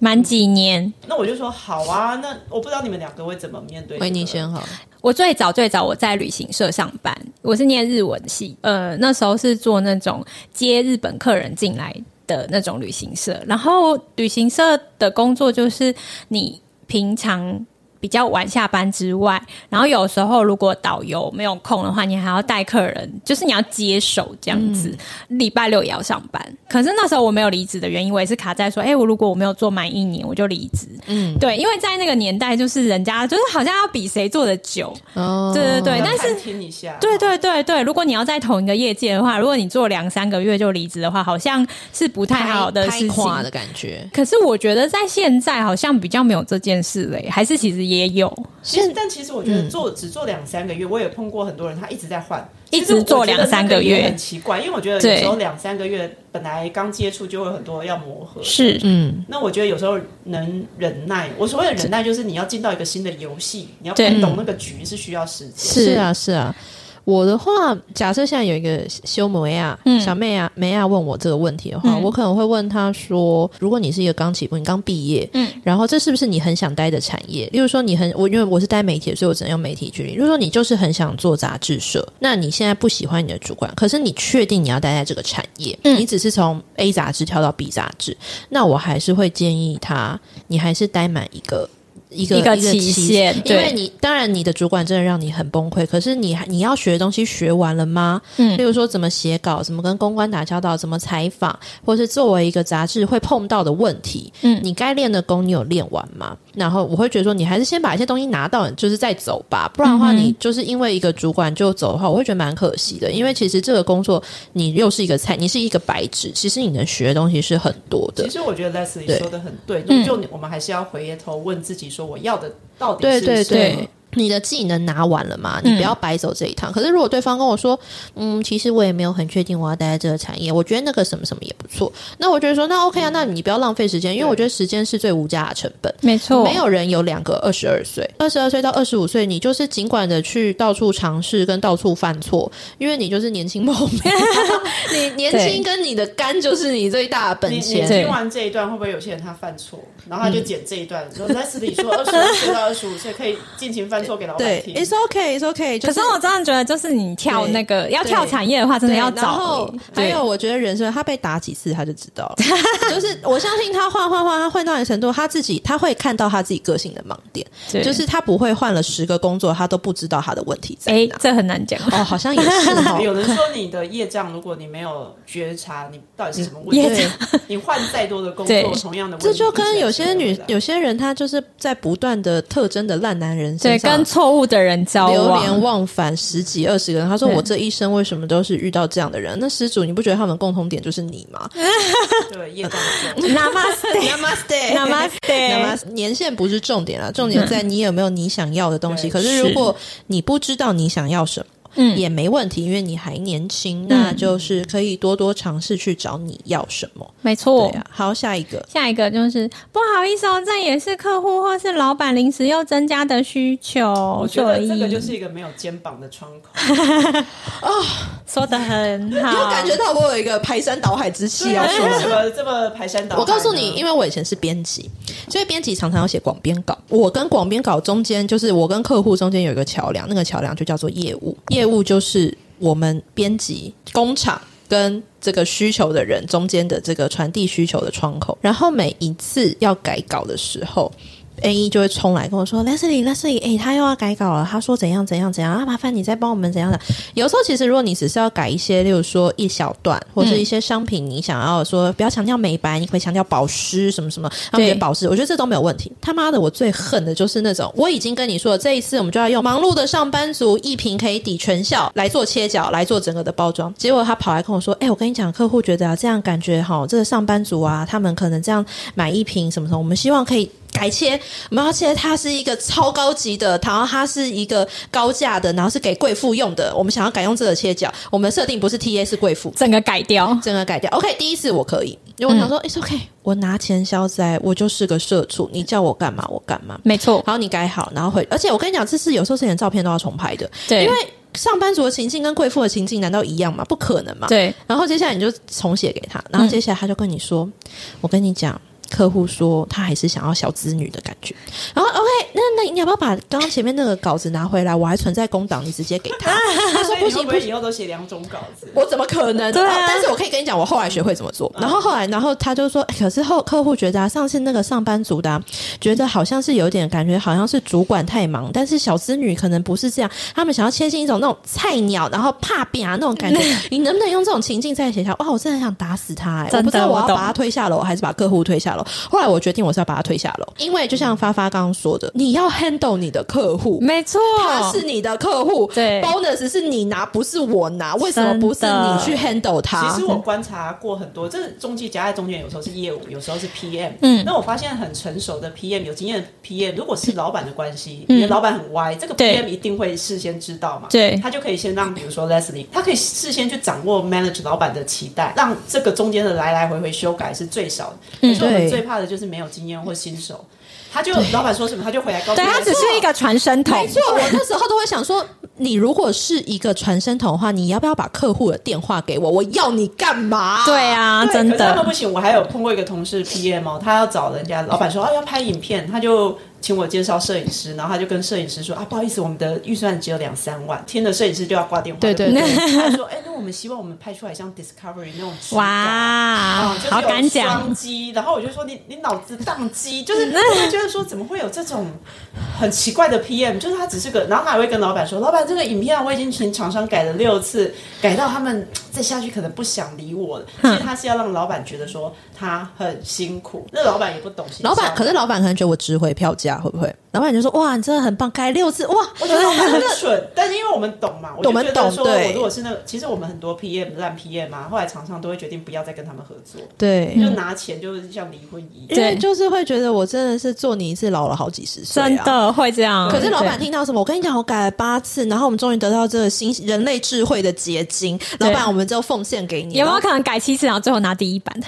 Speaker 2: 满几年，
Speaker 3: 那我就说好啊，那我不知道你们两个会怎么面对、
Speaker 1: 维尼。先好，
Speaker 2: 我最早最早我在旅行社上班，我是念日文系，呃，那时候是做那种接日本客人进来的那种旅行社，然后旅行社的工作就是你平常。比较晚下班之外，然后有时候如果导游没有空的话，你还要带客人，就是你要接手这样子。礼、拜六也要上班，可是那时候我没有离职的原因，我也是卡在说，哎、我如果我没有做满一年，我就离职。嗯，对，因为在那个年代，就是人家就是好像要比谁做的久，
Speaker 1: 哦，
Speaker 2: 对对对，
Speaker 3: 要
Speaker 2: 但是。
Speaker 3: 探听一下，
Speaker 2: 对对对对，如果你要在同一个业界的话，如果你做两三个月就离职的话，好像是不太好的
Speaker 1: 拍
Speaker 2: 事
Speaker 1: 垮
Speaker 2: 情。
Speaker 1: 的感觉。
Speaker 2: 可是我觉得在现在好像比较没有这件事嘞、还是其实也有，
Speaker 3: 其实，但其实我觉
Speaker 2: 嗯
Speaker 3: 得做、只做两三个月，我也碰过很多人，他一直在换，
Speaker 2: 一直
Speaker 3: 其实我
Speaker 2: 做
Speaker 3: 觉得
Speaker 2: 两三
Speaker 3: 那个
Speaker 2: 个月
Speaker 3: 也很奇怪，因为我觉得有
Speaker 2: 对
Speaker 3: 时候两三个月本来刚接触就会有很多要磨合。
Speaker 2: 是
Speaker 1: 嗯，
Speaker 3: 那我觉得有时候能忍耐，我所谓的忍耐就是你要进到一个新的游戏，你要
Speaker 2: 对
Speaker 3: 懂那个局是需要时间。
Speaker 1: 是啊，是啊。我的话，假设现在有一个修摩亚、
Speaker 2: 嗯
Speaker 1: 小妹啊、梅亚问我这个问题的话，
Speaker 2: 嗯
Speaker 1: 我可能会问她说：如果你是一个刚起步，你刚毕业，
Speaker 2: 嗯，
Speaker 1: 然后这是不是你很想待的产业？例如说，你很我因为我是待媒体的，所以我只能用媒体举例。如果说你就是很想做杂志社，那你现在不喜欢你的主管，可是你确定你要待在这个产业，
Speaker 2: 嗯
Speaker 1: 你只是从 A 杂志跳到 B 杂志，那我还是会建议他，你还是待满一个。一个
Speaker 2: 一个
Speaker 1: 期
Speaker 2: 期限
Speaker 1: 因为
Speaker 2: 对
Speaker 1: 你当然你的主管真的让你很崩溃，可是你还你要学的东西学完了吗？
Speaker 2: 嗯
Speaker 1: 例如说怎么写稿，怎么跟公关打交道，怎么采访，或是作为一个杂志会碰到的问题，
Speaker 2: 嗯
Speaker 1: 你该练的功你有练完吗？然后我会觉得说，你还是先把一些东西拿到，就是再走吧，不然的话，
Speaker 2: 嗯哼
Speaker 1: 你就是因为一个主管就走的话，我会觉得蛮可惜的。因为其实这个工作你又是一个菜，你是一个白纸，其实你能学的东西是很多的
Speaker 3: 其。实我觉得 Leslie
Speaker 1: 对
Speaker 3: 说的很对，
Speaker 2: 嗯
Speaker 3: 就我们还是要回头问自己，说我要的到底
Speaker 1: 对
Speaker 3: 是
Speaker 1: 对
Speaker 3: 什么
Speaker 1: 对。你的技能拿完了嘛？
Speaker 2: 嗯
Speaker 1: 你不要白走这一趟。可是如果对方跟我说，嗯，其实我也没有很确定我要待在这个产业，我觉得那个什么什么也不错。那我觉得说，那 OK 啊，那你不要浪费时间，因为我觉得时间是最无价的成本。
Speaker 2: 没错，
Speaker 1: 没有人有两个二十二岁，二十二岁到二十五岁，你就是尽管的去到处尝试跟到处犯错，因为你就是年轻貌 美，你年轻跟你的肝就是你最大的
Speaker 3: 你
Speaker 1: 本
Speaker 3: 你
Speaker 1: 钱。
Speaker 2: 对
Speaker 3: 听完这一段，会不会有些人他犯错，然后他就剪这一段，
Speaker 1: 嗯
Speaker 3: 说 Leslie 说二 十五岁到二十五岁可以尽情犯错给老板听。。
Speaker 1: OK，It's OK，
Speaker 2: 可是我真的觉得，就是你跳那个要跳产业的话，真的要
Speaker 1: 对然
Speaker 2: 找
Speaker 1: 后
Speaker 2: 欸。
Speaker 1: 还
Speaker 2: 对
Speaker 1: 有，我觉得人生他被打几次他就知道 了，就是我相信他换换换，他换到一个程度，他自己他会看到他自己个性的盲点，
Speaker 2: 对
Speaker 1: 就是他不会换了十个工作，他都不知道他的问题在
Speaker 2: 哎，
Speaker 1: 哪。
Speaker 2: 这很难讲，
Speaker 1: 哦，好像也是哦
Speaker 3: 有人说你的业障，如果你没有觉察，你到底是 什么问
Speaker 2: 业
Speaker 3: 题
Speaker 1: 障？
Speaker 3: 你换再多的工作，
Speaker 2: 对
Speaker 3: 同样的问题，
Speaker 1: 这就跟有些女
Speaker 3: 你只
Speaker 1: 有些人，她就是在不断的特征的烂男人
Speaker 2: 对，
Speaker 1: 身上
Speaker 2: 跟错误的人交
Speaker 1: 流
Speaker 2: 往
Speaker 1: 连，忘返十几二十个人。他说：“
Speaker 2: 对
Speaker 1: 我这一生为什么都是遇到这样的人？”那施主，你不觉得他们共同点就是你吗
Speaker 3: 是对业障重。
Speaker 2: Namaste。
Speaker 1: ？Namaste，Namaste。
Speaker 2: Namaste，
Speaker 1: 年限不是重点啊，重点在你有没有你想要的东西。
Speaker 3: 对
Speaker 1: 可是如果你不知道你想要什么，
Speaker 2: 嗯
Speaker 1: 也没问题，因为你还年轻，那就是可以多多尝试去找你要什么。
Speaker 2: 没
Speaker 1: 对
Speaker 2: 错。
Speaker 1: 啊，好，下一个，
Speaker 2: 下一个就是不好意思哦，这也是客户或是老板临时又增加的需求
Speaker 3: 我，觉
Speaker 2: 所
Speaker 3: 得
Speaker 2: 以
Speaker 3: 这个就是一个没有肩膀的窗 口。
Speaker 2: 说的很
Speaker 1: 你
Speaker 2: 好，
Speaker 1: 有感觉到我有一个排山倒海之气要出
Speaker 3: 对啊为
Speaker 1: 来
Speaker 3: 什。么这么排山倒海呢？
Speaker 1: 我告诉你，因
Speaker 3: 为
Speaker 1: 为我以前是编辑，所以编辑常常要写广编稿。我跟广编稿中间，就是我跟客户中间有一个桥梁，那个桥梁就叫做业务。业务就是我们编辑工厂。跟这个需求的人中间的这个传递需求的窗口，然后每一次要改稿的时候， N 一 E 就会冲来跟我说，Leslie，Leslie，哎、他又要改稿了，他说怎样怎样怎样啊，麻烦你再帮我们怎样的。有时候其实如果你只是要改一些，例如说一小段或是一些商品，你想要说不要强调美白，你可以强调保湿什么什么，他们觉得保湿，我觉得这都没有问题。他妈的，我最恨的就是那种我已经跟你说了，这一次我们就要用忙碌的上班族一瓶可以抵全效来做切角，来做整个的包装，结果他跑来跟我说，哎、我跟你讲，客户觉得啊，这样感觉哈，这个上班族啊，他们可能这样买一瓶什么什么，我们希望可以。改切，我们要切它是一个超高级的，然后它是一个高价的，然后是给贵妇用的。我们想要改用这个切角，我们的设定不是 T A 是贵妇，
Speaker 2: 整个改掉。
Speaker 1: 整个改掉。OK，第一次我可以，因为我想说、i t s OK，我拿钱消灾，我就是个社畜，你叫我干嘛我干嘛。
Speaker 2: 没错，
Speaker 1: 然后你改好，然后回，而且我跟你讲，这是有时候是连照片都要重拍的，
Speaker 2: 对，
Speaker 1: 因为上班族的情境跟贵妇的情境难道一样吗？不可能嘛。
Speaker 2: 对
Speaker 1: 然后接下来你就重写给他，然后接下来他就跟你说：“我跟你讲，客户说他还是想要小资女的感觉。”然后 OK，那那你要不要把刚刚前面那个稿子拿回来？我还存在工档，你直接给他。他说
Speaker 3: 所以
Speaker 1: 不
Speaker 3: 你会
Speaker 1: 行
Speaker 3: 不
Speaker 1: 不
Speaker 3: 会
Speaker 1: 行。
Speaker 3: 以后都写两种稿子？
Speaker 1: 我怎么可能？哦
Speaker 2: 对啊
Speaker 1: 但是我可以跟你讲，我后来学会怎么做。然后后来，然后他就说，哎可是后客户觉得啊，上次那个上班族的、啊，觉得好像是有点感觉，好像是主管太忙，但是小资女可能不是这样，他们想要切进一种那种菜鸟，然后怕扁啊那种感觉。你能不能用这种情境再写下？哦哇，我 真的很想打死他、欸！
Speaker 2: 真的
Speaker 1: 我不知道我要
Speaker 2: 我懂
Speaker 1: 把他推下楼，还是把客户推下楼。后来我决定我是要把他推下楼，因为就像发发刚刚说的，你要 handle 你的客户，
Speaker 2: 没错，
Speaker 1: 他是你的客户，
Speaker 2: 对
Speaker 1: ，bonus 是你拿，不是我拿，为什么不是你去 handle 他？
Speaker 3: 其实我观察过很多，这中介夹在中间，有时候是业务，有时候是 PM。
Speaker 2: 嗯
Speaker 3: 那我发现很成熟的 PM，有经验的 PM，如果是老板的关系，你的老板很歪，这个
Speaker 2: 嗯对
Speaker 3: PM 一定会事先知道嘛？
Speaker 2: 对
Speaker 3: 他就可以先让，比如说 Leslie，他可以事先去掌握 manage 老板的期待，让这个中间的来来回回修改是最少的。
Speaker 2: 嗯
Speaker 3: 可是我
Speaker 1: 对
Speaker 3: 们最怕的就是没有经验或新手，他就老板说什么，他就回来告诉
Speaker 2: 对
Speaker 3: 你
Speaker 2: 他只是一个传声筒，
Speaker 1: 没错，我
Speaker 3: 哦
Speaker 1: 那时候都会想说，你如果是一个传声筒的话，你要不要把客户的电话给我？我要你干嘛？
Speaker 2: 对，啊，
Speaker 3: 对
Speaker 2: 真
Speaker 3: 可是他们不
Speaker 2: 的，
Speaker 3: 行，我还有碰过一个同事 PM 哦，他要找人家老板说啊要拍影片，他就请我介绍摄影师，然后他就跟摄影师说啊不好意思，我们的预算只有两三万，听了摄影师就要挂电话。
Speaker 1: 对对
Speaker 3: 不
Speaker 1: 对
Speaker 3: 他说哎、那我们希望我们拍出来像 Discovery 那种质感。
Speaker 2: 哇
Speaker 1: 哦
Speaker 3: 啊，就是，有
Speaker 2: 好敢讲
Speaker 3: 双，击，然后我就说你你脑子宕机，就 是我就觉得说怎么会有这种很奇怪的 PM，就是他只是个，然后他还会跟老板说，老板这个影片啊我已经请厂商改了六次，改到他们再下去可能不想 理我了，所以他是要让老板觉得说他很辛苦，那老板也不懂行销，
Speaker 1: 老板，可是老板可能觉得我值回票价，会不会？老板就说：“哇，你真的很棒，开六次，哇，
Speaker 3: 我觉得老板很蠢， 但是因为我们懂嘛，我就
Speaker 1: 我们
Speaker 3: 觉
Speaker 1: 懂
Speaker 3: 得说，我
Speaker 1: 对
Speaker 3: 如果是那个，其实我们很多 PM 烂 PM 啊，后来厂商都会决定不要再跟他们合作，
Speaker 1: 对。
Speaker 3: 就拿钱就是像离婚一样。
Speaker 2: 嗯
Speaker 1: 因为
Speaker 2: 对
Speaker 1: 就是会觉得我真的是做你一次老了好几十岁、啊，
Speaker 2: 真的会这样。
Speaker 1: 可是老板
Speaker 2: 嗯对
Speaker 1: 听到什么？我跟你讲，我改了八次，然后我们终于得到这个新人类智慧的结晶。老板，我们就奉献给你。
Speaker 2: 有没有可能改七次，然后最后拿第一版？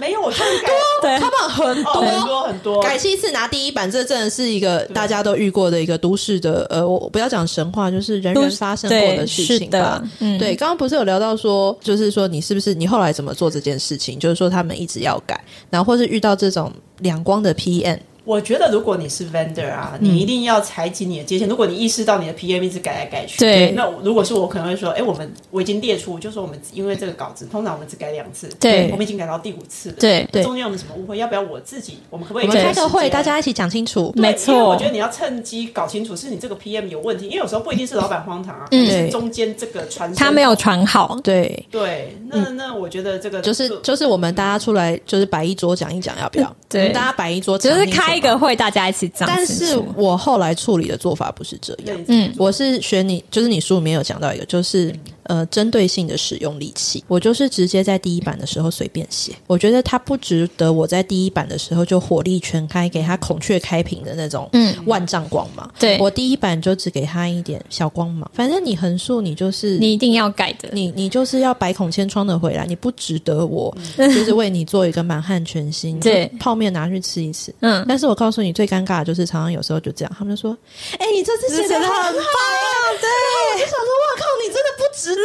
Speaker 3: 没有，我就是 改
Speaker 1: 啊
Speaker 2: 对
Speaker 1: 他们很
Speaker 3: 哦很
Speaker 1: 多。
Speaker 3: 多很多
Speaker 1: 改七次拿第一版，这真的是一个大家都遇过的一个都市的呃，我我不要讲神话，就是人人发生过的事
Speaker 2: 对是
Speaker 1: 情吧
Speaker 2: 的。嗯
Speaker 1: 对，刚刚不是有聊到说，就是说你是不是你后来怎么做这件事情？就是说他们一直要改，然后或是遇到这种两光的 PM，
Speaker 3: 我觉得如果你是 vendor 啊，你一定要踩紧你的界限。如果你意识到你的 PM 一直改来改去，
Speaker 2: 对
Speaker 3: 那如果是我，可能会说，哎，我们我已经列出，就说我们因为这个稿子，通常我们只改两次，
Speaker 2: 对
Speaker 3: 我们已经改到第五次了，
Speaker 2: 对
Speaker 1: 对
Speaker 3: 中间有没有什么误会？要不要我自己？我们可不可以
Speaker 1: 我们
Speaker 3: 有
Speaker 1: 开个
Speaker 3: 时
Speaker 1: 会，
Speaker 3: 间
Speaker 1: 大家一起讲清楚。
Speaker 3: 对
Speaker 2: 没错
Speaker 3: 因为我觉得你要趁机搞清楚是你这个 PM 有问题，因为有时候不一定是老板荒唐啊，
Speaker 2: 嗯
Speaker 3: 可能是中间这个传声
Speaker 2: 他没有传好，
Speaker 1: 对，
Speaker 3: 对，那那我觉得这个
Speaker 1: 就是就是我们大家出来就是摆一桌讲一讲，要不要？
Speaker 2: 对
Speaker 1: 我们大家摆一桌，
Speaker 2: 只是开一个。会，大家一起讲
Speaker 1: 但
Speaker 2: 清
Speaker 1: 是
Speaker 2: 楚。
Speaker 1: 我后来处理的做法不是这样，
Speaker 3: 嗯，
Speaker 1: 我是选你，就是你书里面有讲到一个，就是呃针对性的使用利器。我就是直接在第一版的时候随便写，我觉得它不值得我在第一版的时候就火力全开，给它孔雀开屏的那种
Speaker 2: 嗯
Speaker 1: 万丈光芒。
Speaker 2: 对
Speaker 1: 我第一版就只给它一点小光芒，反正你横竖你就是
Speaker 2: 你一定要改的，
Speaker 1: 你你就是要百孔千疮的回来，你不值得我
Speaker 3: 嗯
Speaker 1: 就是为你做一个满汉全席，你就
Speaker 2: 对
Speaker 1: 泡面拿去吃一次。
Speaker 2: 嗯，
Speaker 1: 但是我告诉你，最尴尬的就是常常有时候
Speaker 3: 啊
Speaker 1: 就这样，他们就说：“哎、你这次写的很棒啊！”对，然后我就想说：“哇靠，你真的不
Speaker 3: 值得。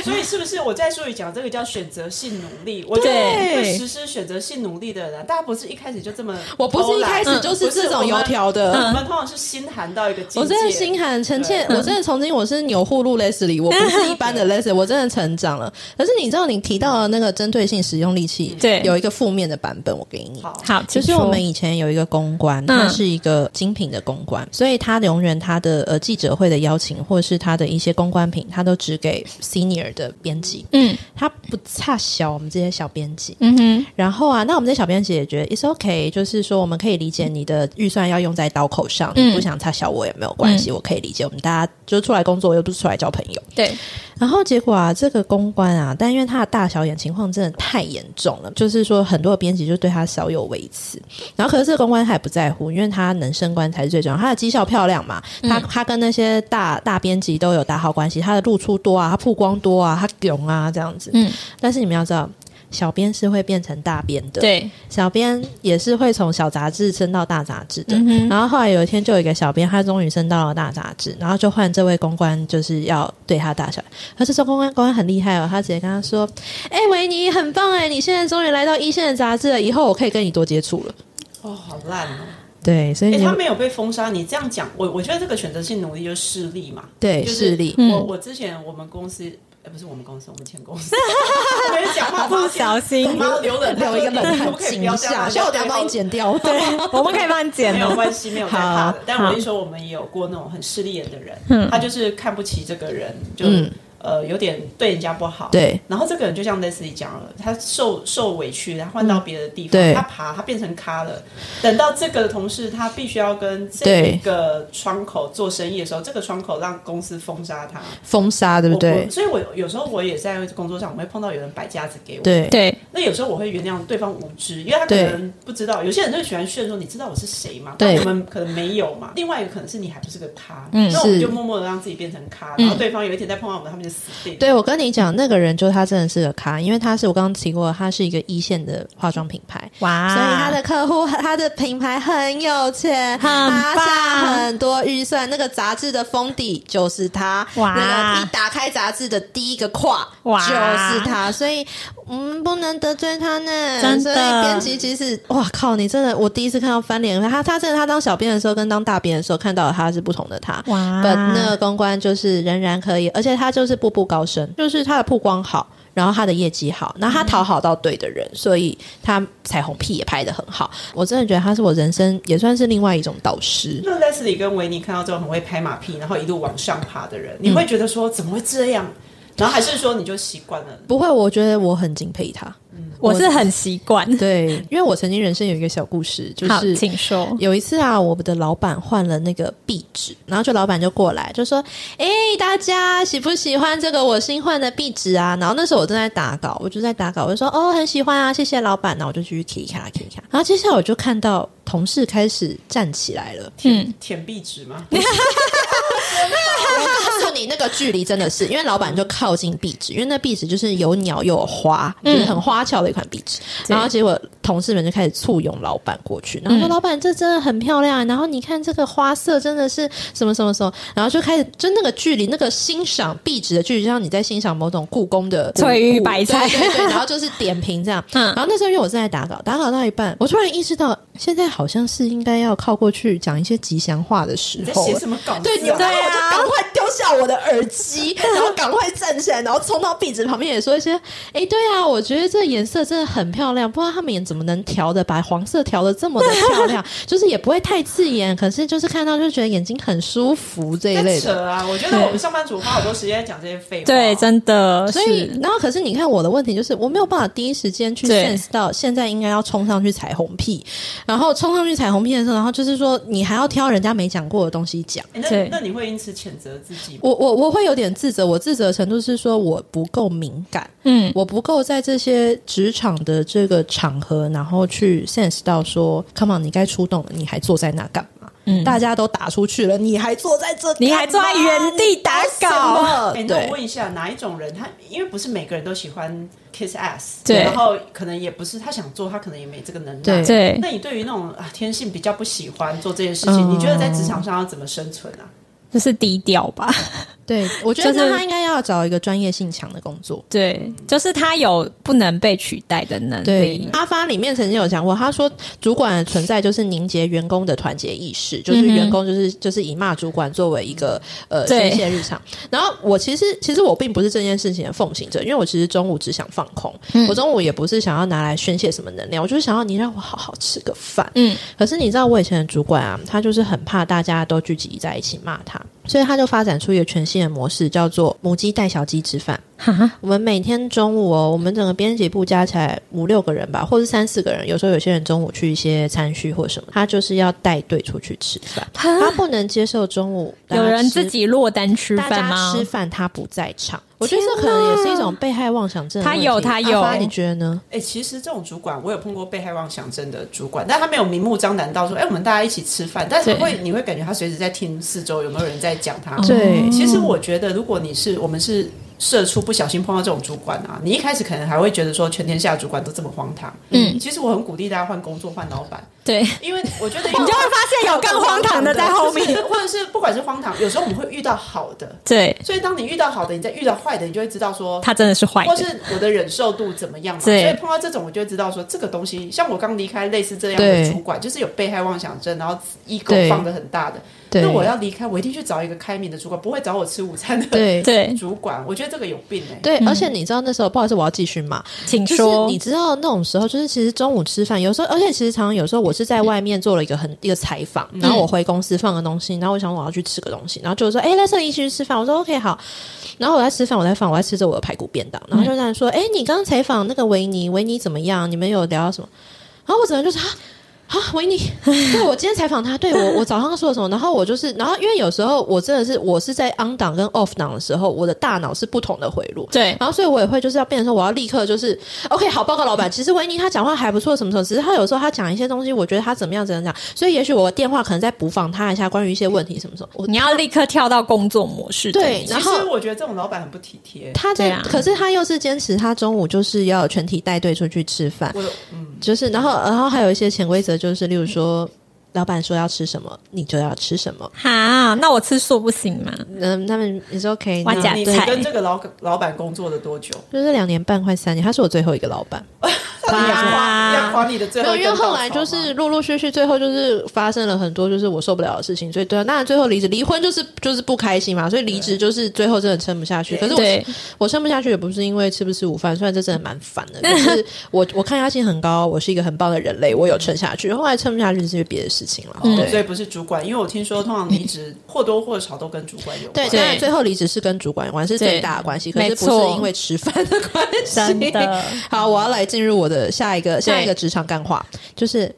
Speaker 3: 所以是不是我在书里讲这个叫选择性努力？我觉得会实施选择性努力的人，大家不是一开始就这么偷懒，
Speaker 1: 我不 是一开始
Speaker 3: 嗯
Speaker 1: 就是
Speaker 3: 不
Speaker 1: 这种油条的
Speaker 3: 我们我嗯们通常是心寒到一个境界。
Speaker 1: 我真的心寒，臣妾，我真的曾经我是钮祜禄 Leslie，我不是一般的 Leslie，我真的成长了。可是你知道，你提到的那个针对性使用利器，
Speaker 2: 对
Speaker 1: 有一个负面的版本，我给你。
Speaker 3: 好，
Speaker 2: 好，
Speaker 1: 就
Speaker 2: 请
Speaker 1: 是我
Speaker 2: 说嗯
Speaker 1: 们以前有一个公关，他是一个精品的公关，所以他永远他的呃记者会的邀请，或者是他的一些公关品，他都只给 senior 的编辑，
Speaker 2: 嗯
Speaker 1: 他不差小我们这些小编辑。
Speaker 2: 嗯哼，
Speaker 1: 然后啊，那我们这些小编辑也觉得 it's okay，就是说我们可以理解你的预算要用在刀口上，
Speaker 2: 嗯
Speaker 1: 你不想插小我也没有关系，我可以理解。我们大家就是出来工作，又不是出来交朋友。
Speaker 2: 对，
Speaker 1: 然后结果啊，这个公关啊，但因为他的大小眼情况真的太严重了，就是说很多的编辑就对他少有微词。然后可是这个公关他也不在乎，因为他能升官才是最重要。他的绩效漂亮嘛，
Speaker 2: 嗯
Speaker 1: 他、他跟那些大大编辑都有打好关系，他的露出多啊，他曝光多啊，他囧啊这样子。
Speaker 2: 嗯，
Speaker 1: 但是你们要知道，小编是会变成大编的，，
Speaker 2: 对，
Speaker 1: 小编也是会从小杂志升到大杂志的。
Speaker 2: 嗯哼
Speaker 1: 然后后来有一天，就有一个小编，他终于升到了大杂志，然后就换这位公关，就是要对他大小。可是这公关公关很厉害哦，他直接跟他说：“哎、维尼很棒哎，你现在终于来到一线的杂志了，以后我可以跟你多接触了。
Speaker 3: 哦，好烂哦。”
Speaker 1: 对，所以
Speaker 3: 哎、
Speaker 1: 你、
Speaker 3: 他没有被封杀，你这样讲，我我觉得这个选择性努力就是势力嘛，
Speaker 1: 对
Speaker 3: 就是
Speaker 1: 势力
Speaker 3: 我、
Speaker 2: 嗯
Speaker 3: 我之前我们公司，哎、不是我们公司，我们前公 司，我也讲话
Speaker 2: 不小心
Speaker 3: 我妈要流冷汗，
Speaker 1: 留一个冷
Speaker 3: 可
Speaker 1: 汗
Speaker 3: 不哎可以
Speaker 1: 醒
Speaker 3: 不要
Speaker 1: 一
Speaker 3: 这样
Speaker 1: 下，所以我等下帮你。剪掉。对，
Speaker 2: 我们可以帮你剪
Speaker 3: 没有
Speaker 2: 哦。
Speaker 3: 关系，没有在怕
Speaker 1: 好
Speaker 3: 的。但我跟你说，我们也有过那种很势利眼的人，他就是看不起这个人，就、
Speaker 1: 嗯
Speaker 3: 呃有点对人家不好。
Speaker 1: 对，
Speaker 3: 然后这个人就像 Leslie 讲了，他受受委屈，他换到别的地
Speaker 1: 嗯
Speaker 3: 方，
Speaker 1: 对
Speaker 3: 他爬，他变成咖了。等到这个同事他必须要跟
Speaker 1: 对
Speaker 3: 这个窗口做生意的时候，这个窗口让公司封杀他，
Speaker 1: 封杀对不
Speaker 3: 我
Speaker 1: 对
Speaker 3: 我？所以我有时候我也在工作上，我会碰到有人摆架子给我。
Speaker 1: 对
Speaker 2: 对，
Speaker 3: 那有时候我会原谅对方无知，因为他可
Speaker 1: 对
Speaker 3: 能不知道。有些人就喜欢炫说：“你知道我是谁吗？”
Speaker 1: 对
Speaker 3: 但我们可能没有嘛。另外一个可能是你还不是个咖，
Speaker 2: 嗯
Speaker 3: 那我们
Speaker 1: 是嗯
Speaker 3: 就默默的让自己变成咖，然后对方有一天再碰到我们，他们就死定了。
Speaker 1: 对，我跟你讲，那个人就他真的是个咖，因为他是我刚刚提过，他是一个一线的化妆品牌，
Speaker 2: 哇
Speaker 1: 所以他的客户他的品牌很有钱，
Speaker 2: 很
Speaker 1: 他
Speaker 2: 棒
Speaker 1: 下很多预算。那个杂志的封底就是他，
Speaker 2: 哇
Speaker 1: 那个一打开杂志的第一个跨
Speaker 2: 哇
Speaker 1: 就是他，所以嗯，不能得罪他呢。
Speaker 2: 真的
Speaker 1: 所以编辑其实，哇靠，你真的，我第一次看到翻脸，他他真的他当小编的时候跟当大编的时候看到的他是不同的他，
Speaker 2: 哇
Speaker 1: 本那个公关就是仍然可以，而且他就是步步高升，就是他的曝光好，然后他的业绩好，然后他讨好到对的人，所以他彩虹屁也拍的很好。我真的觉得他是我人生也算是另外一种导师。
Speaker 3: 那 Leslie 跟维尼看到这种很会拍马屁，然后一路往上爬的人，你
Speaker 1: 嗯
Speaker 3: 会觉得说怎么会这样？然后还是说你就习惯了？
Speaker 1: 不会，我觉得我很敬佩他。
Speaker 2: 我是很习惯。
Speaker 1: 对，因为我曾经人生有一个小故事，就
Speaker 2: 好，
Speaker 1: 是
Speaker 2: 请说。
Speaker 1: 有一次啊，我们的老板换了那个壁纸，然后就老板就过来就说：“哎、大家喜不喜欢这个我新换的壁纸啊？”然后那时候我正在打稿，我就在打稿，我就说：“哦，很喜欢啊，谢谢老板。”然后我就继续 K 卡 K 卡，然后接下来我就看到同事开始站起来了。
Speaker 2: 嗯，
Speaker 3: 舔壁纸吗？
Speaker 1: 我告诉你，那个距离真的是，因为老板就靠近壁纸，因为那壁纸就是有鸟又有花，就是很花俏的一款壁纸。然后结果同事们就开始簇拥老板过去，然后说：“老板，这真的很漂亮。”然后你看这个花色真的是什么什么什么，然后就开始就那个距离，那个欣赏壁纸的距离，就像你在欣赏某种故宫的
Speaker 2: 翠玉白菜
Speaker 1: 对对对，然后就是点评这样。
Speaker 2: 嗯
Speaker 1: 然后那时候因为我正在打稿，打稿到一半，我突然意识到，现在好像是应该要靠过去讲一些吉祥话的时
Speaker 3: 你在
Speaker 1: 候
Speaker 3: 写
Speaker 1: 了。
Speaker 3: 什么稿子、
Speaker 1: 对，你然
Speaker 3: 啊？
Speaker 1: 后我就赶快丢下我的耳机，然后赶快站起来，然后冲到壁纸旁边，也说一些，哎，对啊，我觉得这颜色真的很漂亮，不知道他们也怎么能调的，把黄色调的这么的漂亮， 就是也不会太刺眼，可是就是看到就觉得眼睛很舒服这一
Speaker 3: 在
Speaker 1: 类
Speaker 3: 扯
Speaker 1: 的。
Speaker 3: 啊！我觉得我们上班族花好多时间在讲这些废话。
Speaker 2: 对，真的
Speaker 1: 所以
Speaker 2: 是，
Speaker 1: 然后可是你看我的问题就是，我没有办法第一时间去
Speaker 2: 对
Speaker 1: sense 到现在应该要冲上去彩虹屁，然后冲上去彩虹屁的时候，然后就是说你还要挑人家没讲过的东西讲。
Speaker 3: 哎、那
Speaker 2: 对
Speaker 3: 那你会因此谴责自己吗？
Speaker 1: 我我我会有点自责，我自责的程度是说我不够敏感，
Speaker 2: 嗯，
Speaker 1: 我不够在这些职场的这个场合，然后去 sense 到说，come on，你该出动了，你还坐在那干嘛？嗯，大家都打出去了，你还坐在这干嘛，
Speaker 2: 你还坐在原地打稿，
Speaker 1: 搞什么
Speaker 3: 哎、那我
Speaker 1: 呃对
Speaker 3: 问一下，哪一种人他因为不是每个人都喜欢 kiss ass，
Speaker 2: 对
Speaker 3: 然后可能也不是他想做，他可能也没这个能耐。
Speaker 1: 对
Speaker 2: 对
Speaker 3: 那你对于那种啊天性比较不喜欢做这件事
Speaker 1: 嗯
Speaker 3: 情，你觉得在职场上要怎么生存啊？
Speaker 2: 就是低调吧。
Speaker 1: 对，我觉得
Speaker 2: 就是
Speaker 1: 那他应该要找一个专业性强的工作。
Speaker 2: 对，就是他有不能被取代的能
Speaker 1: 对
Speaker 2: 力，。
Speaker 1: 阿发里面曾经有讲过，他说主管的存在就是凝结员工的团结意识，就是
Speaker 2: 嗯
Speaker 1: 员工就是、就是以骂主管作为一个呃
Speaker 2: 对
Speaker 1: 宣泄日常。然后我其实其实我并不是这件事情的奉行者，因为我其实中午只想放空，
Speaker 2: 嗯
Speaker 1: 我中午也不是想要拿来宣泄什么能量，我就是想要你让我好好吃个饭。
Speaker 2: 嗯，
Speaker 1: 可是你知道我以前的主管啊，他就是很怕大家都聚集在一起骂他，所以他就发展出一个全新的模式，叫做母鸡带小鸡吃饭。
Speaker 2: 哈，
Speaker 1: 我们每天中午哦，我们整个编辑部加起来五六个人吧，或是三四个人。有时候有些人中午去一些餐叙或什么，他就是要带队出去吃饭，他不能接受中午大家
Speaker 2: 有人
Speaker 1: 吃
Speaker 2: 自己落单吃
Speaker 1: 大
Speaker 2: 饭
Speaker 1: 家
Speaker 2: 吗
Speaker 1: 吃？饭他不在场。我觉得
Speaker 2: 天
Speaker 1: 这可能也是一种被害妄想症的问题。
Speaker 2: 他有他有
Speaker 1: 阿发你觉得呢？
Speaker 3: 哎、其实这种主管，我有碰过被害妄想症的主管，但他没有明目张胆到说，哎、我们大家一起吃饭，但是
Speaker 2: 对
Speaker 3: 会你会感觉他随时在听四周有没有人在讲他。
Speaker 2: 哦
Speaker 1: 对
Speaker 3: 其实我觉得，如果你是我们是社畜，不小心碰到这种主管啊，你一开始可能还会觉得说，全天下的主管都这么荒唐。
Speaker 2: 嗯，
Speaker 3: 其实我很鼓励大家换工作、换老板，
Speaker 2: 对， 你
Speaker 3: 因为我觉得
Speaker 2: 就会发现有更荒唐的在后
Speaker 3: 就是
Speaker 2: 面。
Speaker 3: 或者是不管是荒唐，有时候我们会遇到好的，
Speaker 2: 对，
Speaker 3: 所以当你遇到好的，你再遇到坏的，你就会知道说
Speaker 2: 他真的是坏
Speaker 3: 或
Speaker 2: 的。
Speaker 3: 是我的忍受度怎么样嘛？所
Speaker 2: 对
Speaker 3: 以碰到这种，我就会知道说这个东西，像我刚离开类似这样
Speaker 1: 对
Speaker 3: 的主管，就是有被害妄想症，然后 ego
Speaker 1: 对
Speaker 3: 放的很大的。
Speaker 1: 对，
Speaker 3: 那我要离开，我一定去找一个开明的主管，不会找我吃午餐的
Speaker 1: 对
Speaker 2: 对，嗯
Speaker 3: 主管。我觉得这个有病哎、
Speaker 1: 对，而且你知道那时候，不好意思，我要继续骂。
Speaker 2: 请
Speaker 1: 就是
Speaker 2: 说
Speaker 1: 你。知道那种时候，就是其实中午吃饭，有时候，而且其实常常有时候我是在外面做了一个很一个采访，
Speaker 2: 嗯
Speaker 1: 然后我回公司放个东西，然后我想我要去吃个东西，然后就说，哎、来这里一起去吃饭。我说 OK 好，然后我在吃饭，我在放，我在吃着我的排骨便当，然后就在那说，哎、你刚刚采访那个维尼，维尼怎么样？你们有聊到什么？然后我整个就是啊。啊，维尼，对我今天采访他，对我我早上说了什么，然后我就是，然后因为有时候我真的是我是在 on 档跟 off 档的时候，我的大脑是不同的回路，
Speaker 2: 对
Speaker 1: 然后所以我也会就是要变成说，我要立刻就是 OK 好报告老板。其实维尼他讲话还不错，什么什么，只是他有时候他讲一些东西，我觉得他怎么样怎么样，所以也许我电话可能再补访他一下，关于一些问题什么什么。我
Speaker 2: 你要立刻跳到工作模式。
Speaker 1: 对，
Speaker 3: 其
Speaker 1: 然
Speaker 3: 实
Speaker 1: 后。
Speaker 3: 我觉得这种老板很不体贴。
Speaker 1: 他
Speaker 2: 对
Speaker 1: 在，
Speaker 2: 啊
Speaker 1: 可是他又是坚持，他中午就是要全体带队出去吃饭，
Speaker 3: 我嗯，
Speaker 1: 就是然后然后还有一些潜规则，就是例如说，老板说要吃什么，你就要吃什么。
Speaker 2: 哈，那我吃素不行吗？
Speaker 1: 嗯，他们也是 OK，
Speaker 2: 哇
Speaker 1: 那
Speaker 2: 假
Speaker 3: 你
Speaker 1: 对
Speaker 3: 你
Speaker 2: 菜
Speaker 3: 跟这个老老板工作了多久？
Speaker 1: 就是两年半快三年，他是我最后一个老板。
Speaker 3: 到底要花要花你的最
Speaker 1: 没
Speaker 3: 后
Speaker 1: 有，
Speaker 3: 一
Speaker 1: 因为
Speaker 3: 根稻草
Speaker 1: 后
Speaker 3: 吗，
Speaker 1: 来就是陆陆续续，最后就是发生了很多就是我受不了的事情，所以对啊，当然最后离职，离婚就是就是不开心嘛，所以离职就是最后真的撑不下去。可是
Speaker 2: 对
Speaker 1: 我我撑不下去也不是因为吃不吃午饭，虽然这真的蛮烦的，可是我我抗压性很高，我是一个很棒的人类，我有撑下去。后来撑不下去是因为别的事情了，
Speaker 3: 哦所
Speaker 1: 对
Speaker 3: 以不是主管，因为我听说通常离职或多或少都跟主管有关。
Speaker 1: 对，当然最后离职是跟主管有关，是
Speaker 2: 对
Speaker 1: 最大的关系，可是
Speaker 2: 没
Speaker 1: 不
Speaker 2: 错
Speaker 1: 是因为吃饭的关系。
Speaker 2: 真的
Speaker 1: 好，我要来进入我的下一个下一个职场干话，就是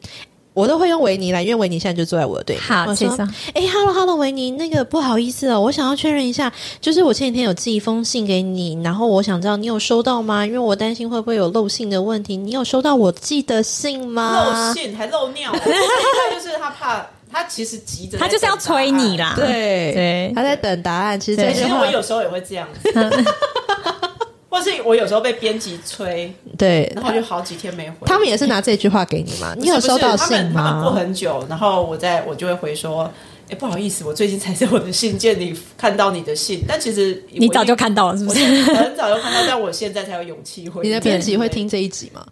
Speaker 1: 我都会用维尼来，因为维尼现在就坐在我的对面。
Speaker 2: 好，
Speaker 1: 我
Speaker 2: 介
Speaker 1: 说
Speaker 2: 绍。
Speaker 1: 哎，Hello Hello，维尼，那个不好意思哦，我想要确认一下，就是我前几天有寄一封信给你，然后我想知道你有收到吗？因为我担心会不会有漏信的问题，你有收到我寄的信
Speaker 3: 漏
Speaker 1: 吗？
Speaker 3: 信还漏 尿，他就是他怕，他其实急着，
Speaker 2: 他就是要催你。啦。
Speaker 1: 对
Speaker 2: 对
Speaker 1: 他在等答案。其实这
Speaker 2: 对
Speaker 3: 哎其
Speaker 1: 句
Speaker 3: 实
Speaker 1: 话
Speaker 3: 我，有时候也会这 样子，或是我有时候被编辑催，
Speaker 1: 对
Speaker 3: 然后就好几天没回。
Speaker 1: 嗯他们也是拿这句话给你吗？你有
Speaker 3: 不是
Speaker 1: 收到
Speaker 3: 他们
Speaker 1: 信
Speaker 3: 他们过
Speaker 1: 吗？
Speaker 3: 很久，然后我在我就会回说。哎，不好意思，我最近才在我的信件里看到你的信，但其实我
Speaker 2: 你早就看到了，是不
Speaker 3: 我
Speaker 2: 是？
Speaker 3: 很早就看到，但我现在才有勇气回。
Speaker 1: 你的编辑会听这一集吗？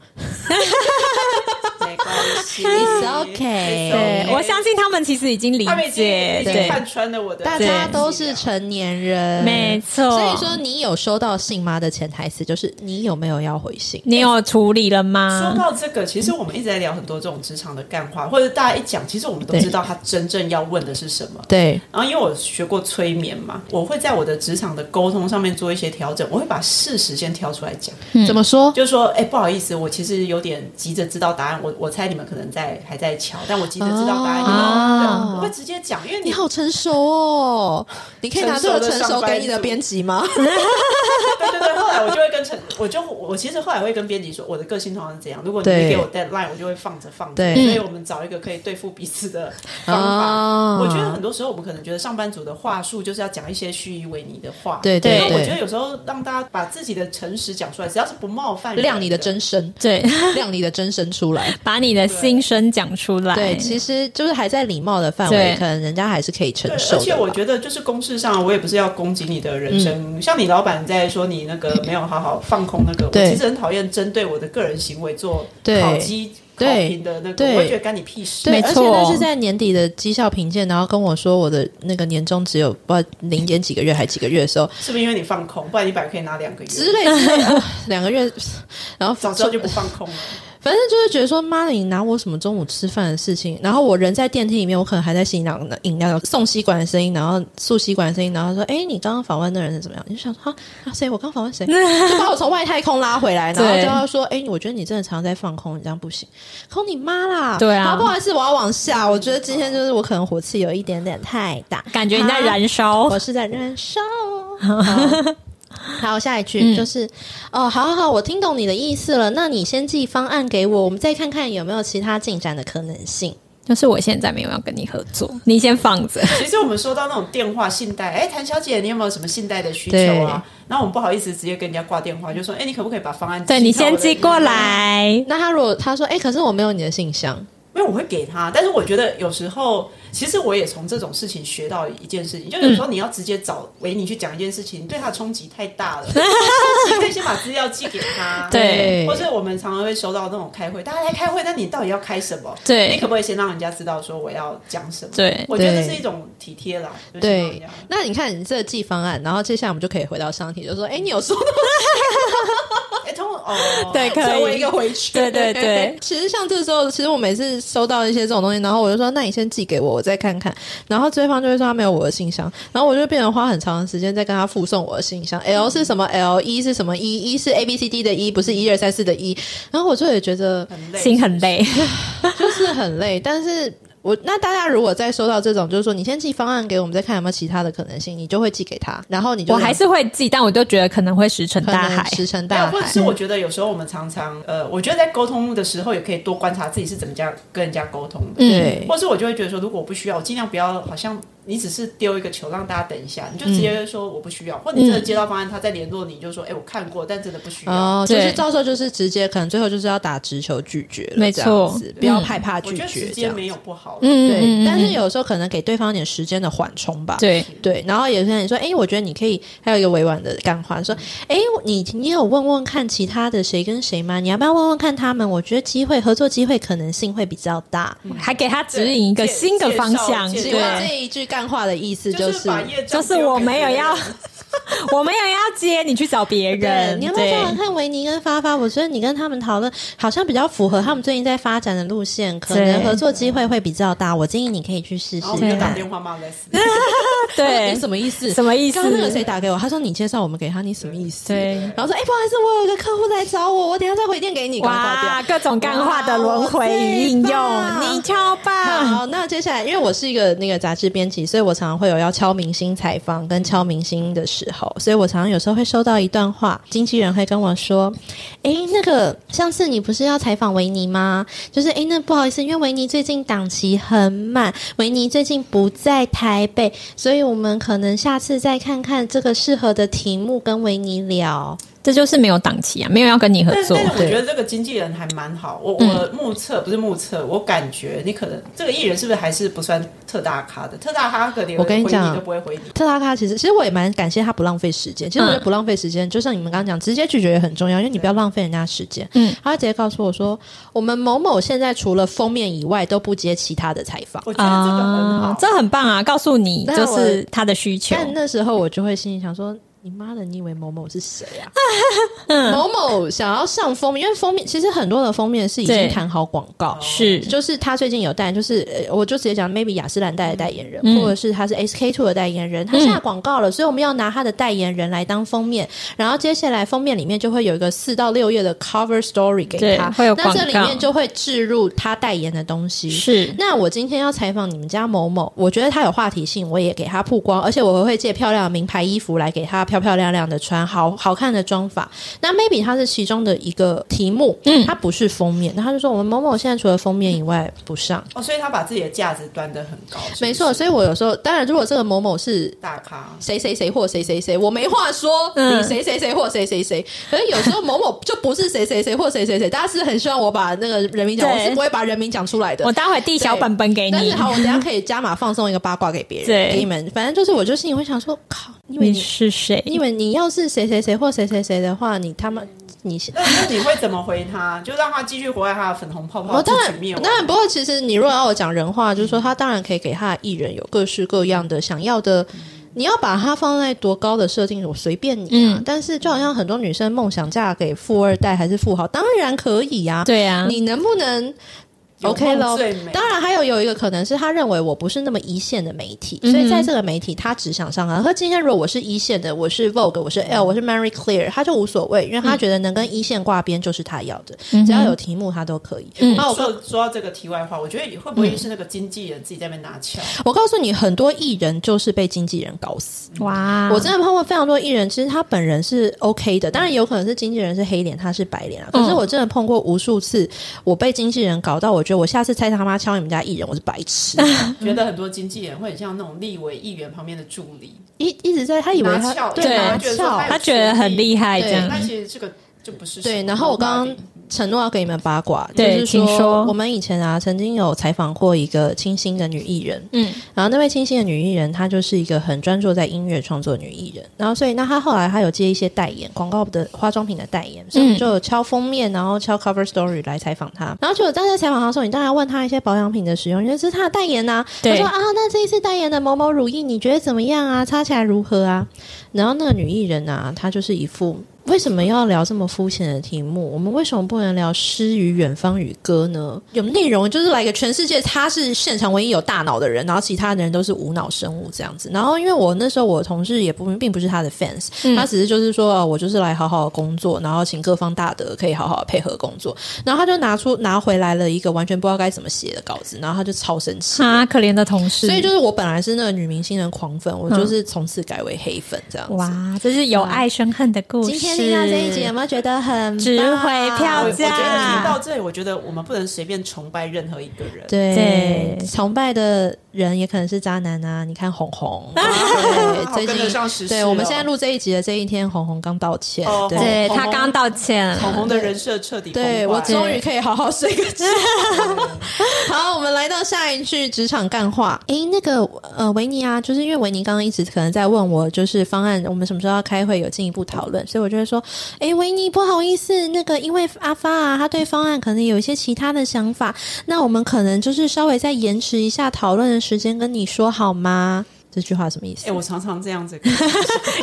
Speaker 3: 没关系
Speaker 1: It's
Speaker 2: 对，
Speaker 1: okay 对
Speaker 2: 我相信他们其实已经理
Speaker 3: 他们已经
Speaker 2: 解，
Speaker 3: 已经
Speaker 2: 对，
Speaker 3: 看穿了我的
Speaker 1: 大
Speaker 3: 心机了，
Speaker 1: 家都是成年人，
Speaker 2: 没错。
Speaker 1: 所以说，你有收到信吗的潜台词就是你有没有要回信？
Speaker 2: 你有处理了
Speaker 1: 嗯
Speaker 3: 说
Speaker 2: 吗？
Speaker 3: 到这个，其实我们一直在聊很多这种职场的干话，或者大家一讲，其实我们都知道他真正要问的是什么。
Speaker 1: 对
Speaker 3: 然后，因为我学过催眠嘛，我会在我的职场的沟通上面做一些调整，我会把事实先挑出来讲，
Speaker 1: 怎么说？
Speaker 3: 就是说，哎、不好意思，我其实有点急着知道答案，我我猜你们可能在还在瞧，但我急着知道答案，
Speaker 1: 哦
Speaker 3: 因为
Speaker 1: 啊
Speaker 3: 对我会直接讲，因为
Speaker 1: 你
Speaker 3: 你
Speaker 1: 好成熟哦！你可以拿这个成熟给你的编辑吗？
Speaker 3: 对对对，后来我就会跟陈，我就我其实后来会跟编辑说，我的个性通常是这样，如果你
Speaker 1: 对
Speaker 3: 给我 deadline，我就会放着放着，
Speaker 1: 对
Speaker 3: 所以我们找一个可以对付彼此的方法。
Speaker 1: 啊
Speaker 3: 我觉得很多时候我们可能觉得上班族的话术就是要讲一些虚以为泥的话，
Speaker 1: 对
Speaker 2: 对
Speaker 3: 但
Speaker 1: 对
Speaker 3: 我觉得有时候让大家把自己的诚实讲出来，只要是不冒犯人
Speaker 1: 亮 你的真身，
Speaker 2: 对，
Speaker 1: 亮你的真身出来。
Speaker 2: 把你的心声讲出来。
Speaker 1: 对，其实就是还在礼貌的范围
Speaker 2: 对，
Speaker 1: 可能人家还是可以承
Speaker 3: 对，
Speaker 1: 受
Speaker 3: 而
Speaker 1: 的。
Speaker 3: 且我觉得就是公事上，我也不是要攻击你的人
Speaker 1: 嗯
Speaker 3: 生。像你老板在说你那个没有好好放空那个，
Speaker 1: 对
Speaker 3: 我其实很讨厌针对我的个人行为做
Speaker 1: 对
Speaker 3: 考绩考
Speaker 1: 对
Speaker 3: 评的那个，
Speaker 1: 对
Speaker 3: 我会觉得干你屁事。
Speaker 1: 对，
Speaker 3: 哎
Speaker 2: 没
Speaker 1: 而且
Speaker 2: 错
Speaker 1: 那是在年底的绩效评鉴，然后跟我说我的那个年终只有不知道零点几个月还几个月的时候，
Speaker 3: 是不是因为你放空？不然你本来可以拿两个月，
Speaker 1: 之类之 类的，啊两个月，然后
Speaker 3: 早知道就不放 空了。
Speaker 1: 反正就是觉得说，妈的，你拿我什么中午吃饭的事情？然后我人在电梯里面，我可能还在欣赏饮料送吸管的声音，然后塑吸管的声音，然后说，哎、你刚刚访问的人是怎么样？你就想说，啊，啊谁？我刚访问谁？ 就把我从外太空拉回来，然后
Speaker 2: 对
Speaker 1: 就要说，哎、我觉得你真的常常在放空，你这样不行，空你妈啦！
Speaker 2: 对啊
Speaker 1: 然后不好意思，我要往下，我觉得今天就是我可能火气有一点点太大，
Speaker 2: 感觉你在
Speaker 1: 好
Speaker 2: 燃烧
Speaker 1: 我。是在燃烧。好，下一句、就是，哦，好好好，我听懂你的意思了。那你先寄方案给我，我们再看看有没有其他进展的可能性。
Speaker 2: 就是我现在没有要跟你合作，你先放 着。
Speaker 3: 其实我们收到那种电话信贷，哎，谭小姐，你有没有什么信贷的需求啊？然后我们不好意思直接跟人家挂电话，就说，哎，你可不可以把方案
Speaker 2: 对你先寄过
Speaker 3: 因
Speaker 2: 来，
Speaker 1: 那他如果他说，哎、可是我没有你的信箱，
Speaker 3: 没有，我会给他。但是我觉得有时候，其实我也从这种事情学到一件事情，就有时候你要直接找维尼去讲一件事情，对他的冲击太大 了，你可以先把资料寄给他。
Speaker 2: 对
Speaker 3: 或者我们常常会收到那种开会，大家来开会，那你到底要开什么？
Speaker 2: 对
Speaker 3: 你可不可以先让人家知道说我要讲什么？
Speaker 2: 对
Speaker 3: 我觉得
Speaker 1: 对
Speaker 3: 这是一种体贴啦。就是先让人
Speaker 1: 对
Speaker 3: 家，
Speaker 1: 那你看你这个寄方案，然后接下来我们就可以回到上题，就说，哎、你有说
Speaker 3: 哎，通哦，
Speaker 2: 对可以
Speaker 3: 成为一个回去。
Speaker 2: 对对对，
Speaker 1: 其实像这时候，其实我每次收到一些这种东西，然后我就说：“那你先寄给我，我再看看。”然后对方就会说他没有我的信箱，然后我就变成花很长的时间在跟他附送我的信箱。L
Speaker 3: 嗯
Speaker 1: 是什么？L 一是什么一？一是 A B C D 的 E，一，不是一二三四的一。然后我就也觉得
Speaker 3: 很累，
Speaker 2: 心很累。
Speaker 1: 就是很累，但是。我那大家如果再收到这种，就是说你先寄方案给我们，再看有没有其他的可能性，你就会寄给他，然后你就
Speaker 2: 我还是会记，但我就觉得可能会石沉
Speaker 1: 可
Speaker 2: 大
Speaker 1: 能
Speaker 2: 海。
Speaker 1: 石沉
Speaker 3: 没有，
Speaker 1: 大
Speaker 3: 或者
Speaker 1: 海
Speaker 3: 是。我觉得有时候我们常常，呃，我觉得在沟通的时候也可以多观察自己是怎么样跟人家沟通的。
Speaker 1: 嗯对
Speaker 3: 或是我就会觉得说，如果我不需要，我尽量不要，好像你只是丢一个球让大家等一下，你就直接说我不需要，或你真的接到方案，他再联络你，就说，哎、我看过，但真的不需要。
Speaker 1: 哦，就是
Speaker 2: 对
Speaker 1: 到时候就是直接，可能最后就是要打直球拒绝了，
Speaker 2: 没
Speaker 1: 这样
Speaker 2: 错
Speaker 1: 子不要
Speaker 2: 嗯
Speaker 1: 害怕
Speaker 3: 我
Speaker 1: 拒
Speaker 3: 觉得
Speaker 1: 绝
Speaker 3: 时，
Speaker 1: 这
Speaker 3: 间
Speaker 1: 样
Speaker 3: 没有不好，
Speaker 2: 嗯，嗯
Speaker 1: 对，
Speaker 2: 嗯
Speaker 1: 但是
Speaker 2: 嗯
Speaker 1: 有时候可能给对方一点时间的缓冲吧。
Speaker 2: 对
Speaker 1: 对，然后也是你说，哎、我觉得你可以，还有一个委婉的干话，说，哎、你你有问问看其他的谁跟谁吗？你要不要问问看他们？我觉得机会合作机会可能性会比较大。
Speaker 3: 嗯
Speaker 2: 还给他指引一个新的方向，
Speaker 3: 介介
Speaker 1: 请
Speaker 3: 绍
Speaker 1: 问
Speaker 2: 对，
Speaker 1: 这一句干话的意思，
Speaker 3: 就是把业
Speaker 2: 就
Speaker 3: 障
Speaker 2: 是我没有要
Speaker 3: 丢给别人，
Speaker 2: 我没有要接，你去找别
Speaker 1: 对，
Speaker 2: 人，
Speaker 1: 你要不要
Speaker 2: 对
Speaker 1: 想想看维尼跟发发？我觉得你跟他们讨论好像比较符合他们最近在发展的路线，可能
Speaker 2: 对
Speaker 1: 合作机会会比较大。我建议你可以去试试
Speaker 3: 然后我们就打
Speaker 1: 看。
Speaker 3: 电话 骂 Les，
Speaker 1: 你
Speaker 2: 对，
Speaker 1: 什么意思？
Speaker 2: 什么意思？
Speaker 1: 刚刚那个谁打给我，他说你介绍我们给他，你什么意思？
Speaker 2: 对，
Speaker 1: 然后说：“哎、不好意思，我有一个客户来找我，我等一下再回电给你。”挂掉。
Speaker 2: 哇，各种干话的轮回与应
Speaker 1: 哇
Speaker 2: 用，你超棒！
Speaker 1: 好，那接下来，因为我是一个那个杂志编辑，所以我常常会有要敲明星采访跟敲明星的时候，所以我常常有时候会收到一段话，经纪人会跟我说：“哎，那个上次你不是要采访维尼吗？就是哎，那不好意思，因为维尼最近档期很满，维尼最近不在台北，所以我们可能下次再看看这个适合的题目跟维尼聊。
Speaker 2: 这就是没有档期啊，没有要跟你合
Speaker 3: 但是
Speaker 2: 作
Speaker 3: 但是。我
Speaker 1: 对嗯
Speaker 3: 觉得这个经纪人还蛮好，我我目测不是目测，我感觉你可能这个艺人是不是还是不算特大咖的，特大咖可能
Speaker 1: 我跟你讲
Speaker 3: 回你都不会回你。
Speaker 1: 特拉卡其实，其实我也蛮感谢他不浪费时
Speaker 2: 嗯
Speaker 1: 间。其实我觉得不浪费时间，就像你们刚刚讲，直接拒绝也很重要，因为你不要浪费人家时间。嗯
Speaker 2: 嗯，
Speaker 1: 他会直接告诉我说，我们某某现在除了封面以外都不接其他的采访。
Speaker 3: 我觉得这个很好，
Speaker 2: 这很棒啊！告诉你，
Speaker 1: 但我
Speaker 2: 就是他的需求。
Speaker 1: 但那时候我就会心里想说。你妈的！你以为某某是谁 啊？
Speaker 2: 嗯
Speaker 1: 某某想要上封面，因为封面其实很多的封面是已经
Speaker 2: 对
Speaker 1: 谈好广告，
Speaker 2: 是
Speaker 1: 就是他最近有代言，就是呃我就直接讲，maybe 雅诗兰黛的代言人，
Speaker 2: 嗯
Speaker 1: 或者是他是 SK two 的代言人，他下广告了，所以我们要拿他的代言人来当封面，然后接下来封面里面就会有一个四到六页的 cover story 给
Speaker 2: 对
Speaker 1: 他，
Speaker 2: 会有
Speaker 1: 那这
Speaker 2: 广
Speaker 1: 里
Speaker 2: 告
Speaker 1: 面就会置入他代言的东西，
Speaker 2: 是
Speaker 1: 那我今天要采访你们家某某，我觉得他有话题性，我也给他曝光，而且我会借漂亮的名牌衣服来给他漂漂亮亮的穿，好好看的妆法。那 maybe 它是其中的一个题目，嗯，它不是封面。那他就说我们某某现在除了封面以外不上，
Speaker 3: 哦，所以他把自己的价值端得很高，是不是
Speaker 1: 没错。所以我有时候，当然如果这个某某是
Speaker 3: 大咖
Speaker 1: 谁谁谁或谁谁谁，我没话说。
Speaker 2: 嗯
Speaker 1: 你谁谁谁或谁谁谁，可是有时候某某就不是谁谁谁或谁谁谁，大家是很希望我把那个人名讲，
Speaker 2: 对
Speaker 1: 我是不会把人名讲出来的
Speaker 2: 我。待会递小本本给
Speaker 1: 但是
Speaker 2: 你。
Speaker 1: 好，我等一下可以加码放送一个八卦给别人，
Speaker 2: 对
Speaker 1: 给你们。反正就是，我就心里会想说，靠，因为
Speaker 2: 你
Speaker 1: 你，
Speaker 2: 是谁？
Speaker 1: 因为你要是谁谁谁或谁谁谁的话，你他妈你
Speaker 3: 那那你会怎么回他？就让他继续活在他的粉红泡泡
Speaker 1: 我
Speaker 3: 自
Speaker 1: 哦当
Speaker 3: 己灭
Speaker 1: 然，
Speaker 3: 亡
Speaker 1: 当然，不过其实你如果要我讲人话，就是说他当然可以给他的艺人有各式各样的想要的，你要把它放在多高的设定，我随便你啊。
Speaker 2: 嗯
Speaker 1: 但是就好像很多女生梦想嫁给富二代还是富豪，当然可以呀、
Speaker 2: 对啊，
Speaker 1: 你能不能
Speaker 3: 有梦
Speaker 1: OK 喽
Speaker 3: 最美？
Speaker 1: 当然，还有有一个可能是他认为我不是那么一线的媒体，
Speaker 2: 嗯哼
Speaker 1: 所以在这个媒体他只想上岸。和今天如果我是一线的，我是 Vogue，我是 L，我是 Mary Clear，他就无所谓，因为他觉得能跟一线挂边就是他要的，只要有题目他都可以。
Speaker 2: 嗯
Speaker 1: 那我
Speaker 3: 说说到这个题外话，我觉得会不会是那个经纪人自己在那边拿翘？
Speaker 1: 我告诉你，很多艺人就是被经纪人搞死。
Speaker 2: 啊哇，
Speaker 1: 我真的碰过非常多艺人，其实他本人是 OK 的，当然有可能是经纪人是黑脸，他是白脸啊。可是
Speaker 2: 嗯
Speaker 1: 我真的碰过无数次，我被经纪人搞到，我觉得我下次再他妈敲你们家艺人，我是白 痴。
Speaker 3: 觉得很多经纪人会很像那种立委议员旁边的助理，
Speaker 1: 一一直在他以为
Speaker 3: 拿
Speaker 1: 他
Speaker 3: 翘
Speaker 1: 对
Speaker 2: 对
Speaker 1: 拿
Speaker 3: 觉得说
Speaker 1: 翘
Speaker 3: 他。
Speaker 2: 他觉得很厉害这
Speaker 1: 对
Speaker 2: 样
Speaker 3: 那。其实这个就不是
Speaker 1: 对，然后我刚刚承诺要给你们八卦，就
Speaker 2: 对
Speaker 1: 是
Speaker 2: 请说
Speaker 1: 我们以前啊曾经有采访过一个清新的女艺人，
Speaker 2: 嗯，
Speaker 1: 然后那位清新的女艺人，她就是一个很专注在音乐创作的女艺人。然后所以那她后来她有接一些代言广告的化妆品的代言，所以我们就有敲封面，然后敲 cover story 来采访她。然后就有大家采访她的时候，你当然要问她一些保养品的使用，因为这是她的代言呐、啊。
Speaker 2: 对
Speaker 1: 她说啊，那这一次代言的某某乳液，你觉得怎么样啊？擦起来如何啊？然后那个女艺人啊，她就是一副。为什么要聊这么肤浅的题目？我们为什么不能聊诗与远方与歌呢？有内容就是来个全世界，他是现场唯一有大脑的人，然后其他的人都是无脑生物这样子。然后因为我那时候我同事也不并不是他的 fans，、他只是就是说、呃我就是来好好工作，然后请各方大德可以好好地配合工作。然后他就拿出拿回来了一个完全不知道该怎么写的稿子，然后他就超生气。
Speaker 2: 啊，可怜的同事。
Speaker 1: 所以就是我本来是那个女明星的狂粉，我就是从此改为黑粉这样子。
Speaker 2: 嗯哇，这是有爱生恨的故事。
Speaker 1: 今天听到这一集有没有觉得很
Speaker 2: 值
Speaker 1: 棒
Speaker 2: 回
Speaker 3: 我
Speaker 2: 票
Speaker 3: 我觉得
Speaker 2: 价
Speaker 3: 听到这里，我觉得我们不能随便崇拜任何一个人。
Speaker 1: 对，
Speaker 2: 对
Speaker 1: 崇拜的人也可能是渣男啊！你看 红红，
Speaker 3: 对
Speaker 1: 对，最
Speaker 3: 跟得
Speaker 1: 近
Speaker 3: 上时事哦。
Speaker 1: 对我们现在录这一集的这一天，红红刚道歉
Speaker 3: 哦，
Speaker 1: 对。
Speaker 2: 对
Speaker 3: 红
Speaker 2: 他刚道歉，
Speaker 3: 红红的人设彻底崩坏
Speaker 1: 对，我终于
Speaker 2: 对
Speaker 1: 可以好好睡个觉。 好，我们来到下一句职场干话。诶，那个呃，维尼啊，就是因为维尼刚刚一直可能在问我，就是方案我们什么时候要开会有进一步讨论，所以我就会说，诶，维尼，不好意思，那个因为阿发啊，他对方案可能有一些其他的想法，那我们可能就是稍微再延迟一下讨论的时间，跟你说好吗？这句话什么意思？
Speaker 3: 哎，我常常这样子。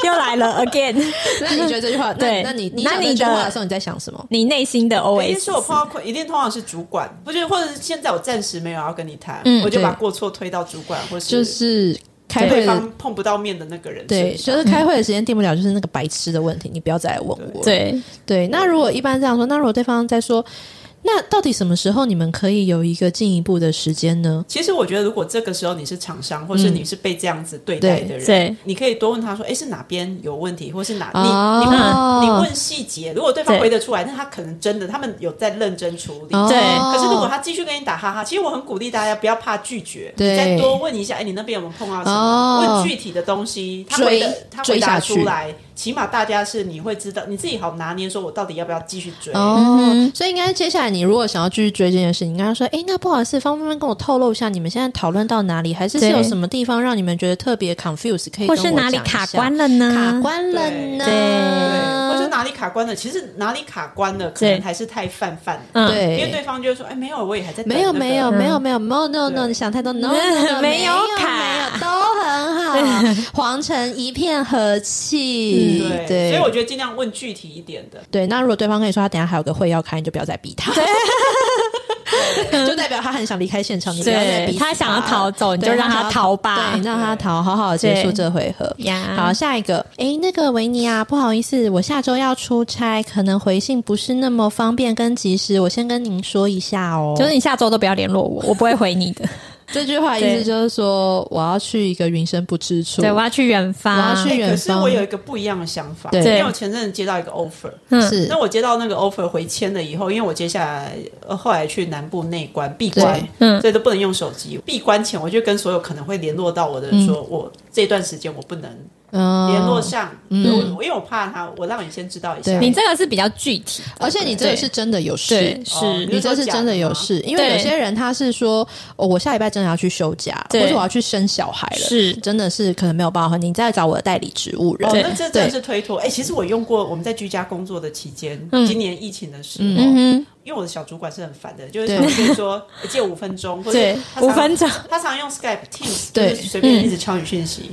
Speaker 2: 又来了 again。
Speaker 1: 那你觉得这句 话？
Speaker 2: 对
Speaker 1: 那你你
Speaker 2: 那
Speaker 1: 讲这
Speaker 2: 你
Speaker 1: 句
Speaker 2: 的
Speaker 1: 话的时候，你在想什么？
Speaker 2: 你内心 的
Speaker 3: 一
Speaker 2: OS
Speaker 3: 定是我碰到困，一定通常是主管，不是，或者是现在我暂时没有要跟你谈，
Speaker 2: 嗯
Speaker 3: 我就把
Speaker 1: 对
Speaker 3: 过错推到主管，或
Speaker 1: 就是开会
Speaker 3: 对
Speaker 1: 的
Speaker 3: 方碰不嗯到面的那个人
Speaker 1: 对，
Speaker 3: 身
Speaker 1: 就是
Speaker 3: 上。
Speaker 1: 开会的时间定不了，就是那个白痴的问题，你不要再来问我。
Speaker 2: 对，
Speaker 1: 对那如果一般这样说，那如果对方在说，那到底什么时候你们可以有一个进一步的时间呢？
Speaker 3: 其实我觉得，如果这个时候你是厂商，或是
Speaker 1: 嗯
Speaker 3: 你是被这样子对待的
Speaker 2: 对
Speaker 3: 人
Speaker 2: 对，
Speaker 3: 你可以多问他说：“哎，是哪边有问题，或是哪
Speaker 1: 哦
Speaker 3: 你你问你问细节。”如果对方
Speaker 2: 对
Speaker 3: 回得出来，那他可能真的他们有在认真处理。
Speaker 2: 对
Speaker 1: 哦
Speaker 3: 可是如果他继续跟你打哈哈，其实我很鼓励大家不要怕拒绝，
Speaker 1: 对
Speaker 3: 你再多问一下，哎，你那边有没有碰到什么？
Speaker 1: 哦
Speaker 3: 问具体的东西，他
Speaker 1: 追
Speaker 3: 回的他
Speaker 1: 追
Speaker 3: 回答
Speaker 1: 下去
Speaker 3: 出来，起码大家是你会知道，你自己好拿捏，说我到底要不要继续追。
Speaker 1: 哦，所以应该接下来你如果想要继续追这件事，你应该说，哎，那不好意思，方不方便跟我透露一下你们现在讨论到哪里，还是是
Speaker 2: 对
Speaker 1: 有什么地方让你们觉得特别 confuse，可以
Speaker 2: 或
Speaker 1: 跟
Speaker 2: 是
Speaker 1: 我
Speaker 2: 哪里
Speaker 1: 讲一
Speaker 2: 卡
Speaker 1: 下
Speaker 2: 关了啊呢？
Speaker 1: 卡关了呢？
Speaker 3: 对，或
Speaker 2: 对
Speaker 3: 是哪里卡关了？其实哪里卡关了，可
Speaker 2: 对
Speaker 3: 能还是太泛泛了。
Speaker 2: 嗯
Speaker 1: 对
Speaker 3: 因为对方就会说：“哎，没有，我也还在等
Speaker 1: 没有
Speaker 3: 那个
Speaker 1: 没有
Speaker 2: 嗯
Speaker 1: 没有没有 no no no，
Speaker 3: 对
Speaker 1: 你想太多 no no no，
Speaker 2: 没有
Speaker 1: 没有
Speaker 2: 卡
Speaker 1: 都很 好，皇城一片和气，
Speaker 2: 嗯
Speaker 3: 对，所以我
Speaker 1: 对。
Speaker 3: 觉得尽量问具体一点的。
Speaker 1: 对，那如果对方跟你说他等一下还有个会要开，你就不要再逼他， 就代表他很想离开现场，你不要再
Speaker 2: 对，
Speaker 1: 逼死
Speaker 2: 他想要逃走，你
Speaker 1: 对
Speaker 2: 就让
Speaker 1: 他
Speaker 2: 他逃吧
Speaker 1: 对，你。让他逃，好好结束
Speaker 2: 对
Speaker 1: 这回合。
Speaker 2: 呀
Speaker 1: 好，下一个，诶，那个维尼啊，不好意思，我下周要出差，可能回信不是那么方便跟及时，我先跟您说一下哦。
Speaker 2: 就是你下周都不要联络我，我不会回你的。
Speaker 1: 这句话意思
Speaker 2: 对
Speaker 1: 就是说，我要去一个云深不知处。
Speaker 2: 对，我要去远方，
Speaker 1: 我要去
Speaker 3: 哎可是
Speaker 1: 远方
Speaker 3: 我有一个不一样的想法，
Speaker 1: 对
Speaker 3: 因为我前阵子接到一个 offer，
Speaker 2: 嗯，
Speaker 1: 是
Speaker 3: 那我接到那个 offer 回签了以后，因为我接下来呃后来去南部内关闭关
Speaker 1: 对，
Speaker 2: 嗯
Speaker 3: 所以都不能用手机。闭关前，我就跟所有可能会联络到我的
Speaker 2: 嗯
Speaker 3: 人说，我这段时间我不能
Speaker 2: 哦
Speaker 1: 嗯
Speaker 3: 联络上，
Speaker 1: 嗯
Speaker 3: 对我因为我怕他，我让你先知道一下。
Speaker 1: 对
Speaker 2: 你这个是比较具体，
Speaker 1: 而且你这个是真的有事
Speaker 2: 对，，
Speaker 3: 哦
Speaker 2: 是
Speaker 3: 你
Speaker 1: 你这是真的有事，因为有
Speaker 2: 对
Speaker 1: 些人他是说，哦，我下礼拜真的要去休假，或
Speaker 2: 对
Speaker 1: 者我要去生小孩了，
Speaker 2: 是
Speaker 1: 真的是可能没有办法，你再找我的代理植物人
Speaker 3: 哦，，
Speaker 2: 对
Speaker 3: 那这真的是推脱。哎、其实我用过，我们在居家工作的期间，
Speaker 2: 嗯
Speaker 3: 今年疫情的时候，
Speaker 2: 嗯
Speaker 3: 因为我的小主管是很烦的，就是
Speaker 1: 对
Speaker 3: 常常说、哎借五分钟，
Speaker 2: 哼，
Speaker 3: 或者
Speaker 2: 对，
Speaker 3: 他常
Speaker 2: 五分钟，
Speaker 3: 他常用 Skype、Teams，就
Speaker 1: 对嗯
Speaker 3: 是随便一直敲你讯息。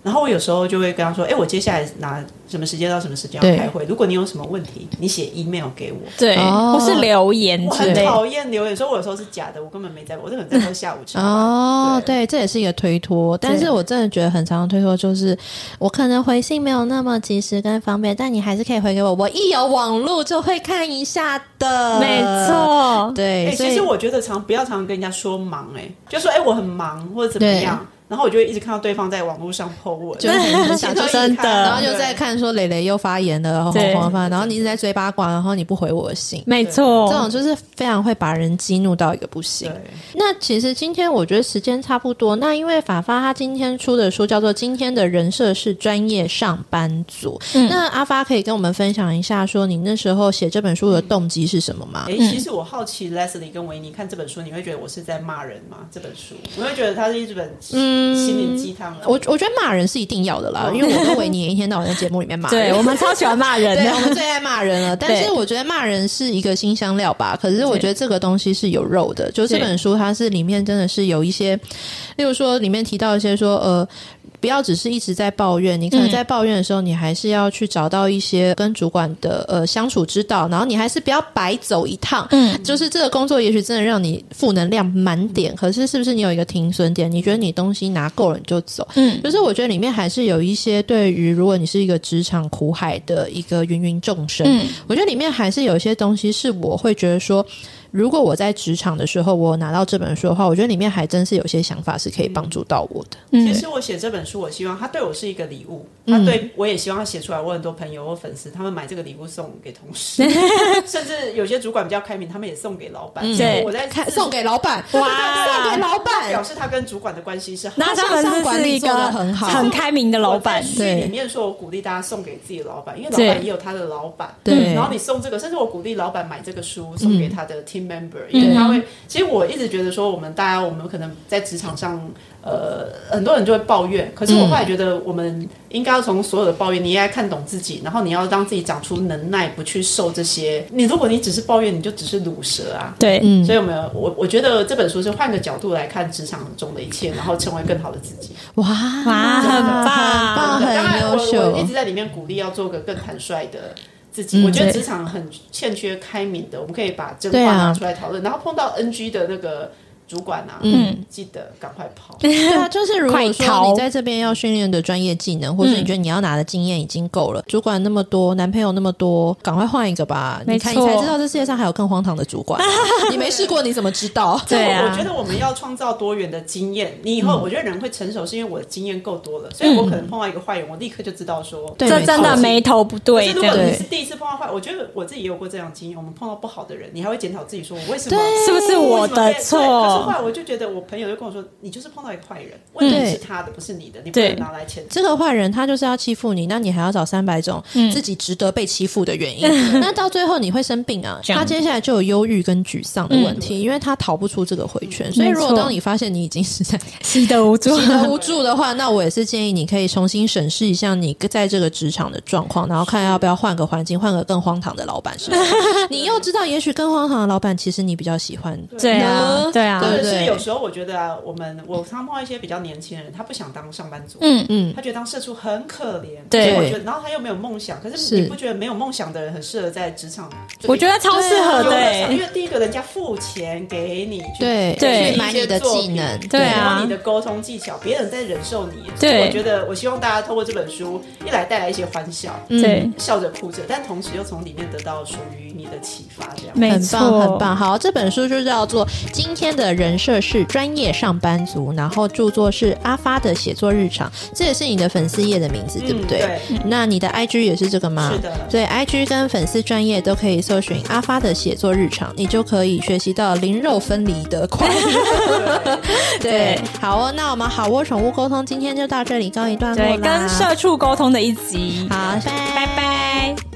Speaker 3: 然后我有时候就会跟他说：“哎、我接下来拿什么时间到什么时间
Speaker 1: 对
Speaker 3: 要开会？如果你有什么问题，你写 email 给我。
Speaker 2: 对，
Speaker 1: 哦
Speaker 2: 或是留言”
Speaker 3: 我
Speaker 2: 之
Speaker 3: 很
Speaker 2: 类的，
Speaker 3: 讨厌留言，所以我有时候是假的，我根本没在，我根本在喝下午茶。
Speaker 1: 哦，对，这也是一个推脱，但是我真的觉得很常的推脱就是，我可能回信没有那么及时跟方便，但你还是可以回给我，我一有网络就会看一下的，
Speaker 2: 没，错，
Speaker 1: 对，
Speaker 3: 哎、
Speaker 1: 所
Speaker 3: 其
Speaker 1: 以
Speaker 3: 实我觉得常不要常跟人家说忙、哎，就说哎、我很忙或者怎么
Speaker 1: 对
Speaker 3: 样，然后我就会一直看到对方在网络上 po 文，
Speaker 1: 就是 很想
Speaker 3: 就
Speaker 1: 就是是
Speaker 2: 真的
Speaker 1: 然后就在看说磊磊又发言了，然后
Speaker 2: 对
Speaker 1: 黄黄发言，然后你一直在追八卦，然后你不回我的信，
Speaker 2: 没
Speaker 1: 这种
Speaker 2: 错，
Speaker 1: 就是非常会把人激怒到一个不行
Speaker 3: 对。
Speaker 1: 那其实今天我觉得时间差不多，那因为法发他今天出的书叫做《今天的人设是专业上班族》，
Speaker 2: 嗯
Speaker 1: 那阿发可以跟我们分享一下，说你那时候写这本书的动机是什么吗？
Speaker 2: 嗯
Speaker 3: 哎、其实我好奇 Leslie 跟维尼看这本书，你会觉得我是在骂人吗？这本书，我会觉得它是一本心灵鸡汤。
Speaker 1: 嗯
Speaker 3: 啊
Speaker 1: 我我觉得骂人是一定要的啦，因为我跟维尼也一天到晚在节目里面骂人
Speaker 2: 哦 对，我们超喜欢骂人
Speaker 1: 对，
Speaker 2: 的，
Speaker 1: 我们最爱骂人 了。但是
Speaker 2: 对
Speaker 1: 我觉得骂人是一个新香料吧。可是我觉得这个东西是有肉的，就这
Speaker 2: 对
Speaker 1: 本书它是里面真的是有一些，例如说里面提到一些说呃。不要只是一直在抱怨，你可能
Speaker 2: 嗯
Speaker 1: 在抱怨的时候，你还是要去找到一些跟主管的呃相处之道，然后你还是不要白走一趟。
Speaker 2: 嗯，
Speaker 1: 就是这个工作也许真的让你负能量满点，可是是不是你有一个停损点？你觉得你东西拿够了你就走，
Speaker 2: 嗯，
Speaker 1: 就是我觉得里面还是有一些对于如果你是一个职场苦海的一个芸芸众生，
Speaker 2: 嗯
Speaker 1: 我觉得里面还是有一些东西是我会觉得说，如果我在职场的时候我拿到这本书的话，我觉得里面还真是有些想法是可以帮助到我的。
Speaker 3: 其
Speaker 2: 嗯，
Speaker 3: 实我写这本书，我希望它对我是一个礼物，
Speaker 1: 嗯
Speaker 3: 它对我也希望它写出来，我很多朋友或粉丝，他们买这个礼物送给同 事，甚至有些主管比较开明，他们也送给老板。结果我在
Speaker 1: 看嗯
Speaker 3: 试
Speaker 1: 送给老板，
Speaker 2: 哇
Speaker 1: 送给老
Speaker 3: 表
Speaker 1: 板，
Speaker 3: 示他跟主管的关系是好。
Speaker 2: 那他
Speaker 1: 向上
Speaker 2: 们
Speaker 1: 管
Speaker 2: 是
Speaker 1: 理
Speaker 2: 一
Speaker 1: 做得
Speaker 2: 个
Speaker 1: 很好
Speaker 2: 很开明的老板
Speaker 3: 我在，
Speaker 1: 对
Speaker 3: 序里面说，我鼓励大家送给自己的老板，因为老
Speaker 2: 对
Speaker 3: 板也有他的老板。嗯
Speaker 1: 对嗯
Speaker 3: 然后你送这个，甚至我鼓励老板买这个书送给他的 team member，、因为他会。其实我一直觉得说，我们大家我们可能在职场上，呃，很多人就会抱怨，可是
Speaker 1: 嗯
Speaker 3: 我后来觉得，我们应该要从所有的抱怨，你应该看懂自己，然后你要让自己长出能耐，不去受这些。你如果你只是抱怨，你就只是卤舌啊。
Speaker 2: 对，
Speaker 1: 嗯
Speaker 3: 所以我们，我我觉得这本书是换个角度来看职场中的一切，然后成为更好的自己。
Speaker 1: 哇
Speaker 2: 哇很棒
Speaker 1: 啊很棒，
Speaker 3: 对当
Speaker 1: 很
Speaker 3: 然
Speaker 1: 优
Speaker 3: 我我一
Speaker 1: 秀嗯
Speaker 3: 直。在里面鼓励要做个更坦率的自己。我觉得职场很欠缺开明的，我们可以把真话
Speaker 1: 对啊
Speaker 3: 拿出来讨论。然后碰到 NG 的那个主管啊，
Speaker 1: 嗯
Speaker 3: 记得赶快跑。
Speaker 1: 对啊，就是如果
Speaker 2: 快
Speaker 1: 说
Speaker 2: 逃
Speaker 1: 你在这边要训练的专业技能，或者你觉得你要拿的经验已经够
Speaker 2: 嗯
Speaker 1: 了，主管那么多，男朋友那么多，赶快换一个吧。你
Speaker 2: 没
Speaker 1: 看，你
Speaker 2: 错
Speaker 1: 才知道这世界上还有更荒唐的 主管，你没试过你怎么知道？
Speaker 2: 对啊
Speaker 3: 我觉得我们要创造多元的经验。你以
Speaker 1: 嗯
Speaker 3: 后我觉得人会成熟，是因为我的经验够多了，所以我可能碰到一个坏人，我立刻就知道说，
Speaker 1: 对
Speaker 2: 这真的眉头不对，
Speaker 3: 可是
Speaker 2: 这
Speaker 3: 如
Speaker 2: 样
Speaker 3: 果
Speaker 1: 对
Speaker 3: 你是第一次碰到坏，我觉得我自己也有过这样的经验。我们碰到不好的人，你还会检讨自己，说我为什么
Speaker 2: 是不是我的
Speaker 3: 为什么被对可是后
Speaker 2: 错？
Speaker 3: 来我就觉得，我朋友就跟我说，你就是碰到一个坏人，问题是他的，不是你的，你不
Speaker 2: 对
Speaker 3: 能拿来谴责。
Speaker 1: 这个坏人他就是要欺负你，那你还要找三百种
Speaker 2: 嗯
Speaker 1: 自己值得被欺负的原因， 那到最后你会生病啊。
Speaker 2: 这样嗯
Speaker 1: 他接下来就有忧郁跟沮丧的问题，因为他逃不出这个回圈。所以如果
Speaker 2: 没错
Speaker 1: 当你发现你已经是在
Speaker 2: 习得无助，
Speaker 1: 喜得无助的话，那我也是建议你可以重新审视一下你在这个职场的状况，然后看要不要换个环境，换个更荒唐的老板是不是你又知道，也许更荒唐的老板其实你比较喜欢。
Speaker 2: 对啊
Speaker 1: 呢，
Speaker 2: 对啊
Speaker 1: 对
Speaker 3: 或，
Speaker 1: 不
Speaker 3: 者是
Speaker 1: 对
Speaker 3: 有时候我觉得、啊，我们我常碰到一些比较年轻人，他不想当上班族，
Speaker 2: 嗯
Speaker 1: 嗯
Speaker 3: 他觉得当社畜很可怜，
Speaker 2: 对
Speaker 3: 所以我觉得，然后他又没有梦想，可是
Speaker 1: 是
Speaker 3: 你不觉得没有梦想的人很适合在职场？
Speaker 2: 我觉得超适合的
Speaker 3: 对啊，因
Speaker 2: 欸，
Speaker 3: 为第一个人家付钱给你去
Speaker 1: 对
Speaker 2: 对
Speaker 1: 去买你的技能，
Speaker 2: 对啊
Speaker 3: 然后你的沟通技巧，别人在忍受你。
Speaker 2: 对
Speaker 3: 所以我觉得我希望大家透过这本书，一来带来一些欢笑，
Speaker 1: 嗯
Speaker 2: 对，
Speaker 3: 笑着哭着，但同时又从里面得到属于你的启发，这样。
Speaker 2: 没
Speaker 1: 很
Speaker 2: 错，
Speaker 1: 棒，很棒。好，这本书就叫做《今天的人设是专业上班族》，然后著作是阿发的写作日常，这也是你的粉丝页的名字，对不对？
Speaker 3: 嗯对
Speaker 1: 嗯那你的 IG 也是这个吗？
Speaker 3: 是的
Speaker 1: 对，IG 跟粉丝专业都可以搜寻阿发的写作日常，你就可以学习到零肉分离的快乐。 对
Speaker 2: 对，
Speaker 1: 好哦，那我们好窝宠物沟通今天就到这里告一段落
Speaker 2: 对，
Speaker 1: 啦。
Speaker 2: 跟社畜沟通的一集。
Speaker 1: 好，拜
Speaker 2: 拜拜。